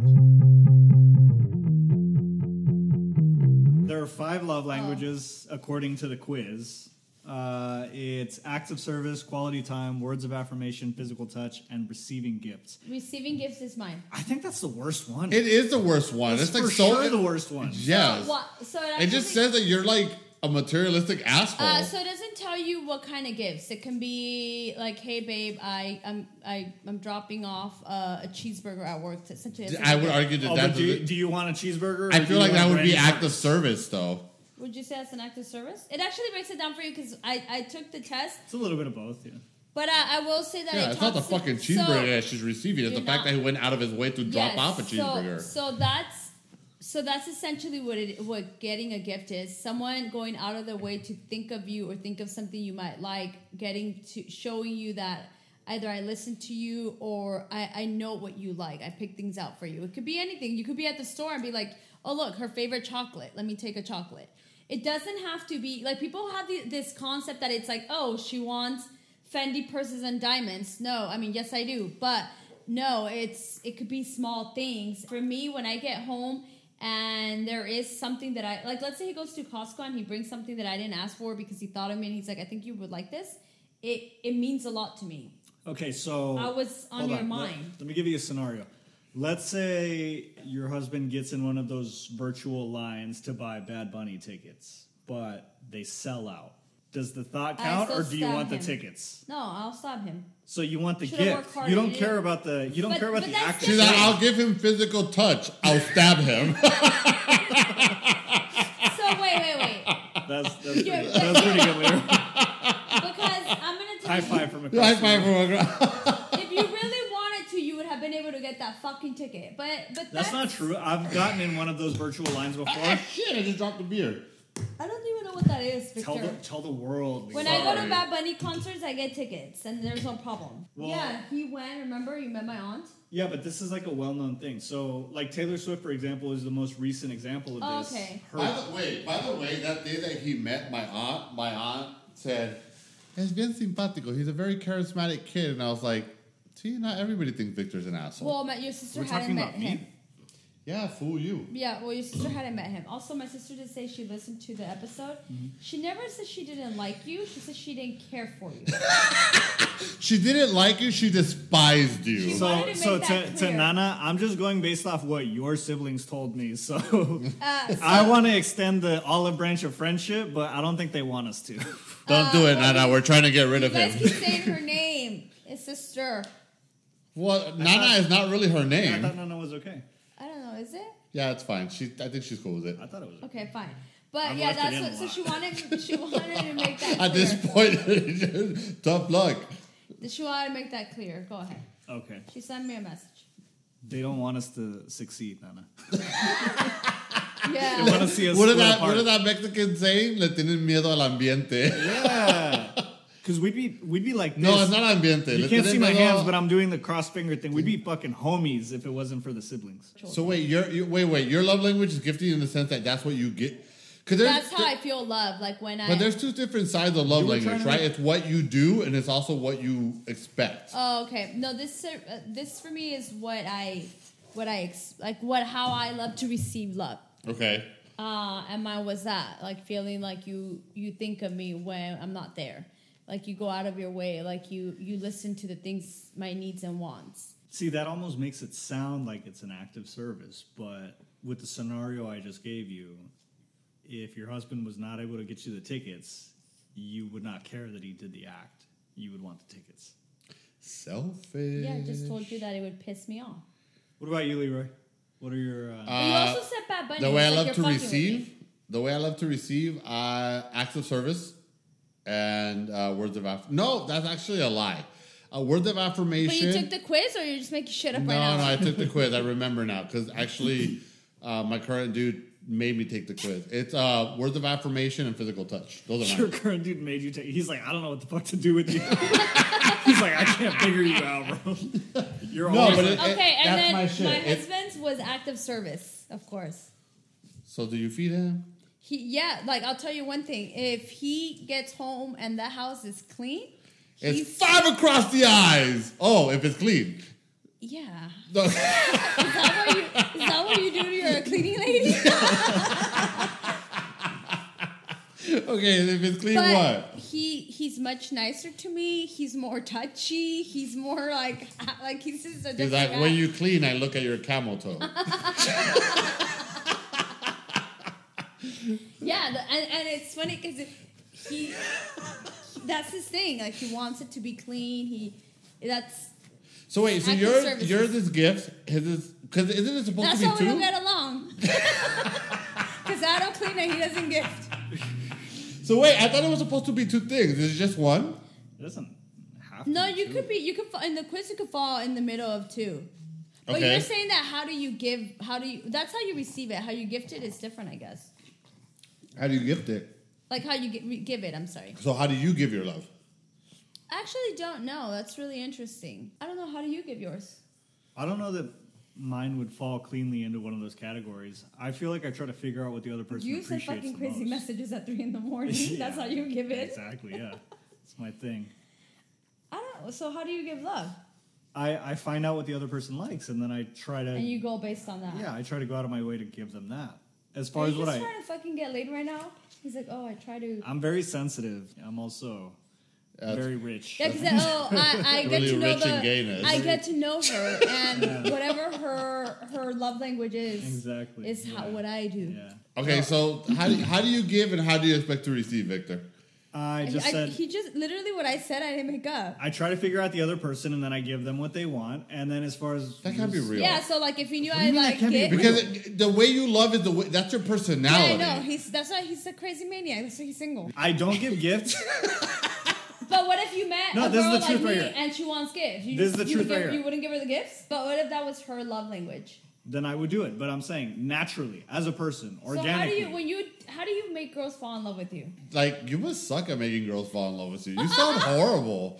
Speaker 1: are five love languages according to the quiz. Uh, it's acts of service, quality time, words of affirmation, physical touch, and receiving gifts.
Speaker 2: Receiving gifts is mine.
Speaker 1: I think that's the worst one.
Speaker 3: It is the worst one.
Speaker 1: It's
Speaker 3: It's, like
Speaker 1: for
Speaker 3: so.
Speaker 1: sure
Speaker 3: it-
Speaker 1: the worst one.
Speaker 3: Yes.
Speaker 2: What? So it,
Speaker 3: It just
Speaker 2: actually-
Speaker 3: says that you're like a materialistic asshole.
Speaker 2: Uh, so it doesn't tell you what kind of gifts. It can be like, "Hey, babe, I, I'm, I, I'm dropping off uh, a cheeseburger at work." To, essentially, it's
Speaker 3: I
Speaker 2: a
Speaker 3: would
Speaker 2: gift.
Speaker 3: argue that
Speaker 1: Oh,
Speaker 3: that's.
Speaker 1: but do you, do you want a cheeseburger? or
Speaker 3: I
Speaker 1: do
Speaker 3: feel
Speaker 1: you
Speaker 3: like
Speaker 1: want
Speaker 3: that would be
Speaker 1: Granny
Speaker 3: act
Speaker 1: Smith?
Speaker 3: of service, though.
Speaker 2: Would you say that's an act of service? It actually breaks it down for you because I, I took the test,
Speaker 1: It's a little bit of both, yeah.
Speaker 2: but I, I will say that
Speaker 3: Yeah,
Speaker 2: it
Speaker 3: it's not the
Speaker 2: talks-
Speaker 3: fucking
Speaker 2: so-
Speaker 3: cheeseburger that she's receiving. It's the
Speaker 2: you're
Speaker 3: fact
Speaker 2: not-
Speaker 3: that he went out of his way to drop
Speaker 2: Yes,
Speaker 3: off a
Speaker 2: so-
Speaker 3: cheeseburger.
Speaker 2: So, that's so that's essentially what it what getting a gift is. Someone going out of their way to think of you or think of something you might like, getting to showing you that either I listen to you or I, I know what you like. I pick things out for you. It could be anything. You could be at the store and be like, oh look, her favorite chocolate. Let me take a chocolate. It doesn't have to be like people have the, this concept that it's like, oh, she wants Fendi purses and diamonds. No, I mean yes, I do, but no, it's it could be small things. For me, when I get home and there is something that I like, let's say he goes to Costco and he brings something that I didn't ask for because he thought of me and he's like, I think you would like this. It it means a lot to me.
Speaker 1: Okay, so
Speaker 2: I was on
Speaker 1: hold
Speaker 2: your
Speaker 1: Let-
Speaker 2: mind.
Speaker 1: Let, me give you a scenario. Let's say your husband gets in one of those virtual lines to buy Bad Bunny tickets, but they sell out. Does the thought
Speaker 2: I
Speaker 1: count,
Speaker 2: still
Speaker 1: or do you
Speaker 2: stab
Speaker 1: want
Speaker 2: him.
Speaker 1: the tickets?
Speaker 2: No, I'll stop him.
Speaker 1: So you want the
Speaker 2: Should've worked
Speaker 1: gift.
Speaker 2: harder,
Speaker 1: You don't
Speaker 2: you
Speaker 1: care
Speaker 2: didn't-
Speaker 1: about the. You don't
Speaker 2: But-
Speaker 1: care about
Speaker 2: but
Speaker 1: the
Speaker 2: that's
Speaker 1: action.
Speaker 3: She's like,
Speaker 2: Right.
Speaker 3: I'll give him physical touch. I'll stab him.
Speaker 2: So wait, wait, wait.
Speaker 1: That's that's pretty,
Speaker 2: Yeah, but-
Speaker 1: that's pretty good. Leader.
Speaker 2: Because I'm gonna tell
Speaker 1: High
Speaker 2: you,
Speaker 1: five from
Speaker 3: High
Speaker 1: across. the
Speaker 3: five
Speaker 1: room.
Speaker 3: from across-
Speaker 2: if you really wanted to, you would have been able to get that fucking ticket. But but
Speaker 1: That's not true. I've gotten in one of those virtual lines before.
Speaker 3: Ah, Shit, I just dropped the beer.
Speaker 2: I don't even know what that is, Victor.
Speaker 1: tell the tell the world. Leader.
Speaker 2: When I go to
Speaker 3: Sorry.
Speaker 2: Bad Bunny concerts, I get tickets, and there's no problem.
Speaker 1: Well-
Speaker 2: yeah, he went. Remember, you met my aunt.
Speaker 1: Yeah, but this is like a well-known thing. So, like Taylor Swift, for example, is the most recent example of
Speaker 2: Oh,
Speaker 1: this.
Speaker 2: okay.
Speaker 1: Her-
Speaker 3: By the way, by the way, that day that he met my aunt, my aunt said, "Es bien simpático. He's a very charismatic kid." And I was like, "See, not everybody thinks Victor's an asshole."
Speaker 2: Well, my, your sister
Speaker 1: We're
Speaker 2: hadn't
Speaker 1: talking
Speaker 2: met
Speaker 1: about
Speaker 2: him.
Speaker 1: me.
Speaker 3: yeah, fool you.
Speaker 2: Yeah, well, your sister hadn't met him. Also, my sister did say she listened to the episode.
Speaker 1: Mm-hmm.
Speaker 2: She never said she didn't like you. She said she didn't care for you.
Speaker 3: She didn't like you. She despised you.
Speaker 2: She-
Speaker 1: So,
Speaker 2: wanted to
Speaker 1: so
Speaker 2: make
Speaker 1: to,
Speaker 2: that
Speaker 1: to
Speaker 2: clear.
Speaker 1: Nana, I'm just going based off what your siblings told me. So,
Speaker 2: Uh, so-
Speaker 1: I want to extend the olive branch of friendship, but I don't think they want us to.
Speaker 3: Don't do it,
Speaker 2: well,
Speaker 3: Nana. We're trying to get rid
Speaker 2: You
Speaker 3: of
Speaker 2: guys keep
Speaker 3: him.
Speaker 2: saying her name. It's sister.
Speaker 3: Well, Nana is not really her
Speaker 1: I thought
Speaker 3: name.
Speaker 1: Nana was okay.
Speaker 2: I don't know. Is it?
Speaker 3: Yeah, it's fine. She, I think she's cool with it.
Speaker 1: I thought it was okay.
Speaker 2: Okay, fine. But
Speaker 1: I've
Speaker 2: yeah,
Speaker 1: left it
Speaker 2: that's
Speaker 1: in
Speaker 2: what.
Speaker 1: a
Speaker 2: So
Speaker 1: lot.
Speaker 2: she wanted. She wanted to make that. Clear.
Speaker 3: At this point, tough luck.
Speaker 2: She wanted to make that clear. Go ahead.
Speaker 1: Okay,
Speaker 2: She sent me a message.
Speaker 1: they don't want us to succeed, Nana. They
Speaker 2: Yeah.
Speaker 1: want to see us
Speaker 3: What did
Speaker 1: split
Speaker 3: that? What
Speaker 1: apart.
Speaker 3: did that Mexican say? Le tienen miedo al ambiente.
Speaker 1: Yeah, because we'd be we'd be like this.
Speaker 3: No, it's not ambiente.
Speaker 1: You
Speaker 3: Le
Speaker 1: can't
Speaker 3: tienen
Speaker 1: see my
Speaker 3: miedo-
Speaker 1: hands, but I'm doing the cross finger thing. We'd be fucking homies if it wasn't for the siblings.
Speaker 3: So wait, your you, wait, wait. Your love language is gifting in the sense that that's what you get. Because there's,
Speaker 2: That's how I feel love. Like when I.
Speaker 3: but there's two different sides of love
Speaker 1: You were
Speaker 3: language,
Speaker 1: trying to
Speaker 3: right?
Speaker 1: make-
Speaker 3: It's what you do, and it's also what you expect.
Speaker 2: Oh, okay. No, this uh, this for me is what I what I ex- like what how I love to receive love.
Speaker 3: Okay.
Speaker 2: Uh, and mine was that like feeling like you you think of me when I'm not there. Like you go out of your way. Like you you listen to the things my needs and wants.
Speaker 1: See, that almost makes it sound like it's an act of service, but with the scenario I just gave you, if your husband was not able to get you the tickets, you would not care that he did the act. You would want the tickets.
Speaker 3: Selfish.
Speaker 2: Yeah, I just told you that it would piss me off.
Speaker 1: What about you, Leroy? What are your. Uh,
Speaker 2: But you also said Bad Bunny.
Speaker 3: Uh, the way I
Speaker 2: It's like
Speaker 3: love
Speaker 2: you're
Speaker 3: to
Speaker 2: fucking with
Speaker 3: receive.
Speaker 2: me.
Speaker 3: The way I love to receive uh, acts of service and uh, words of affirmation. No, that's actually a lie. Uh, words of
Speaker 2: But
Speaker 3: affirmation.
Speaker 2: you took the quiz, or you're just making shit up
Speaker 3: No,
Speaker 2: right now.
Speaker 3: no, I took the quiz. I remember now because actually, uh, my current dude made me take the quiz. It's uh, words of affirmation and physical touch. Those are
Speaker 1: your
Speaker 3: mine.
Speaker 1: current dude made you take. He's like, I don't know what the fuck to do with you. he's like, I can't figure you out, bro. You're
Speaker 3: No,
Speaker 1: always
Speaker 3: but
Speaker 1: like-
Speaker 3: it-
Speaker 2: Okay, and
Speaker 3: that's
Speaker 2: then
Speaker 3: my
Speaker 2: my,
Speaker 3: shit. It-
Speaker 2: husband's was active service, of course.
Speaker 3: So do you feed him?
Speaker 2: He yeah, like I'll tell you one thing. If he gets home and the house is clean,
Speaker 3: It's
Speaker 2: he's
Speaker 3: five across the eyes. Oh, if it's clean.
Speaker 2: yeah.
Speaker 3: No,
Speaker 2: Is that what you is that what you do to your cleaning lady?
Speaker 3: Okay, if it's clean,
Speaker 2: But
Speaker 3: what?
Speaker 2: he he's much nicer to me. He's more touchy. He's more like like uh, he's just a
Speaker 3: He's
Speaker 2: different
Speaker 3: like,
Speaker 2: guy.
Speaker 3: when you clean, I look at your camel toe.
Speaker 2: yeah, the, and, and it's funny because it, he that's his thing. Like he wants it to be clean. He that's
Speaker 3: So wait, so
Speaker 2: Active
Speaker 3: yours,
Speaker 2: services.
Speaker 3: yours is gifts, his is because isn't it supposed
Speaker 2: that's
Speaker 3: to
Speaker 2: how
Speaker 3: be
Speaker 2: we
Speaker 3: two?
Speaker 2: don't get along. Because I don't clean and he doesn't gift.
Speaker 3: So wait, I thought it was supposed to be two things. Is it just one?
Speaker 1: It doesn't have to
Speaker 4: No,
Speaker 1: be
Speaker 4: you
Speaker 1: true.
Speaker 4: could be. You could fa- in the quiz. You could fall in the middle of two.
Speaker 2: But
Speaker 3: Okay.
Speaker 2: you're saying that how do you give? How do you? That's how you receive it. How you gift it is different, I guess.
Speaker 3: How do you gift it?
Speaker 2: Like how you gi- give it. I'm sorry.
Speaker 3: So how do you give your love?
Speaker 2: I actually don't know. That's really interesting. I don't know. How do you give yours?
Speaker 1: I don't know that mine would fall cleanly into one of those categoes. I feel like I try to figure out what the other person
Speaker 2: You send
Speaker 1: appreciates
Speaker 2: fucking
Speaker 1: the
Speaker 2: crazy
Speaker 1: most.
Speaker 2: messages at three in the morning.
Speaker 1: Yeah,
Speaker 2: That's how you give it.
Speaker 1: Exactly, yeah. It's my thing.
Speaker 2: I don't. know. So how do you give love?
Speaker 1: I, I find out what the other person likes and then I try to
Speaker 2: And you go based on that.
Speaker 1: Yeah, I try to go out of my way to give them that. As far
Speaker 2: Are
Speaker 1: as
Speaker 2: you
Speaker 1: what
Speaker 2: just
Speaker 1: I
Speaker 2: trying to fucking get laid right now? He's like, oh, I try to.
Speaker 1: I'm very sensitive. I'm also
Speaker 3: That's-
Speaker 1: very rich.
Speaker 2: Yeah, 'cause, oh, I, I get
Speaker 3: Really
Speaker 2: to know
Speaker 3: rich and gayness.
Speaker 2: the, I get to know her, and whatever her her love language is,
Speaker 1: Exactly,
Speaker 2: is how,
Speaker 1: yeah.
Speaker 2: what I do.
Speaker 1: Yeah.
Speaker 3: Okay, so how do, how do you give and how do you expect to receive, Victor?
Speaker 1: I just
Speaker 2: I-
Speaker 1: said
Speaker 2: he just literally what I said. I didn't make up.
Speaker 1: I try to figure out the other person and then I give them what they want and then as far as
Speaker 3: That can't be real.
Speaker 2: Yeah, so like if he knew
Speaker 1: do
Speaker 2: I
Speaker 1: you mean that
Speaker 2: like
Speaker 1: can't be
Speaker 2: it,
Speaker 1: real?
Speaker 3: Because it, the way you love is the way that's your
Speaker 2: yeah, I
Speaker 3: personality.
Speaker 2: know he's that's why he's a crazy maniac. That's why he's single.
Speaker 1: I don't give gifts.
Speaker 4: But what if you met
Speaker 1: No,
Speaker 4: a
Speaker 1: this is
Speaker 4: girl
Speaker 1: the
Speaker 4: like
Speaker 1: truth
Speaker 4: me
Speaker 1: right here.
Speaker 4: and she wants gifts? You,
Speaker 1: This is the
Speaker 4: you would
Speaker 1: truth right
Speaker 4: give-
Speaker 1: here.
Speaker 4: You wouldn't give her the gifts.
Speaker 2: But what if that was her love language?
Speaker 1: then I would do it. But I'm saying naturally, as a person,
Speaker 4: So how do
Speaker 1: organically.
Speaker 4: you when you how do you make girls fall in love with you?
Speaker 3: Like you must suck at making girls fall in love with you. You sound horrible.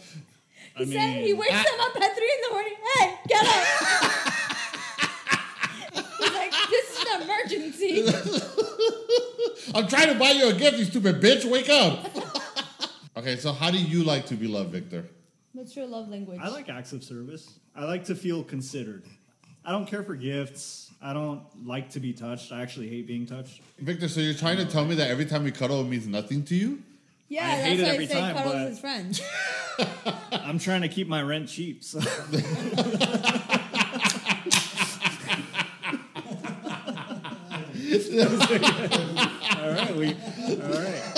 Speaker 1: I
Speaker 2: He said he
Speaker 1: mean,
Speaker 2: wakes
Speaker 3: I-
Speaker 2: them up at three in the morning. Hey, get up! He's like, this is an emergency.
Speaker 3: I'm trying to buy you a gift, you stupid bitch. Wake up. okay, so how do you like to be loved, Victor?
Speaker 2: What's your love language?
Speaker 1: I like acts of service. I like to feel considered. I don't care for gifts. I don't like to be touched. I actually hate being touched.
Speaker 3: Victor, so you're trying to tell me that every time we cuddle it means nothing to you?
Speaker 2: yeah,
Speaker 1: I
Speaker 2: that's
Speaker 1: hate it
Speaker 2: why
Speaker 1: every
Speaker 2: I say
Speaker 1: time,
Speaker 2: cuddles
Speaker 1: but-
Speaker 2: his friend.
Speaker 1: I'm trying to keep my rent cheap. So all right, we all right.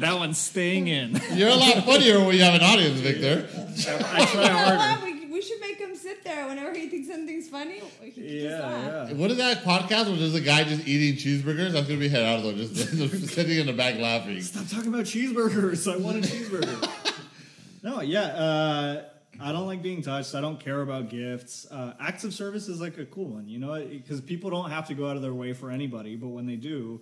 Speaker 1: That one's staying in.
Speaker 3: You're a lot funnier when you have an audience, Victor.
Speaker 1: I try harder.
Speaker 2: we, we should make him sit there whenever he thinks something's funny. He can just laugh.
Speaker 1: Yeah, yeah.
Speaker 3: What is that podcast where there's a guy just eating cheeseburgers? That's gonna be head out of there, just, just sitting in the back laughing.
Speaker 1: I'm talking about cheeseburgers. I want a cheeseburger. no, yeah. Uh, I don't like being touched. I don't care about gifts. Uh, acts of service is like a cool one, you know, because people don't have to go out of their way for anybody, but when they do,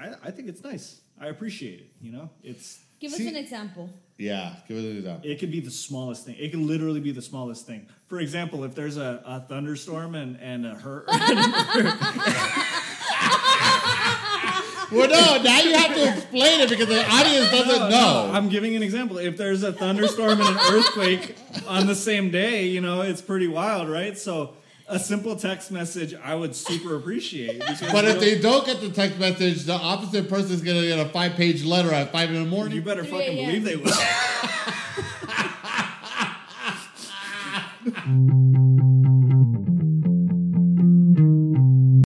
Speaker 1: I, I think it's nice. I appreciate it. You know, it's
Speaker 4: Give
Speaker 3: See-
Speaker 4: us an example.
Speaker 3: Yeah, give it an example.
Speaker 1: it could be the smallest thing. It could literally be the smallest thing. For example, if there's a, a thunderstorm and and a hurt,
Speaker 3: Well, no, now you have to explain it because the audience doesn't know.
Speaker 1: Uh, I'm giving an example. If there's a thunderstorm and an earthquake on the same day, you know, it's pretty wild, right? So a simple text message I would super appreciate. because,
Speaker 3: but
Speaker 1: you
Speaker 3: if
Speaker 1: know,
Speaker 3: they don't get the text message, the opposite person is going to get a five page letter at five in the
Speaker 1: you
Speaker 3: morning.
Speaker 1: better
Speaker 4: 3
Speaker 1: fucking
Speaker 4: a.m.
Speaker 1: believe they will.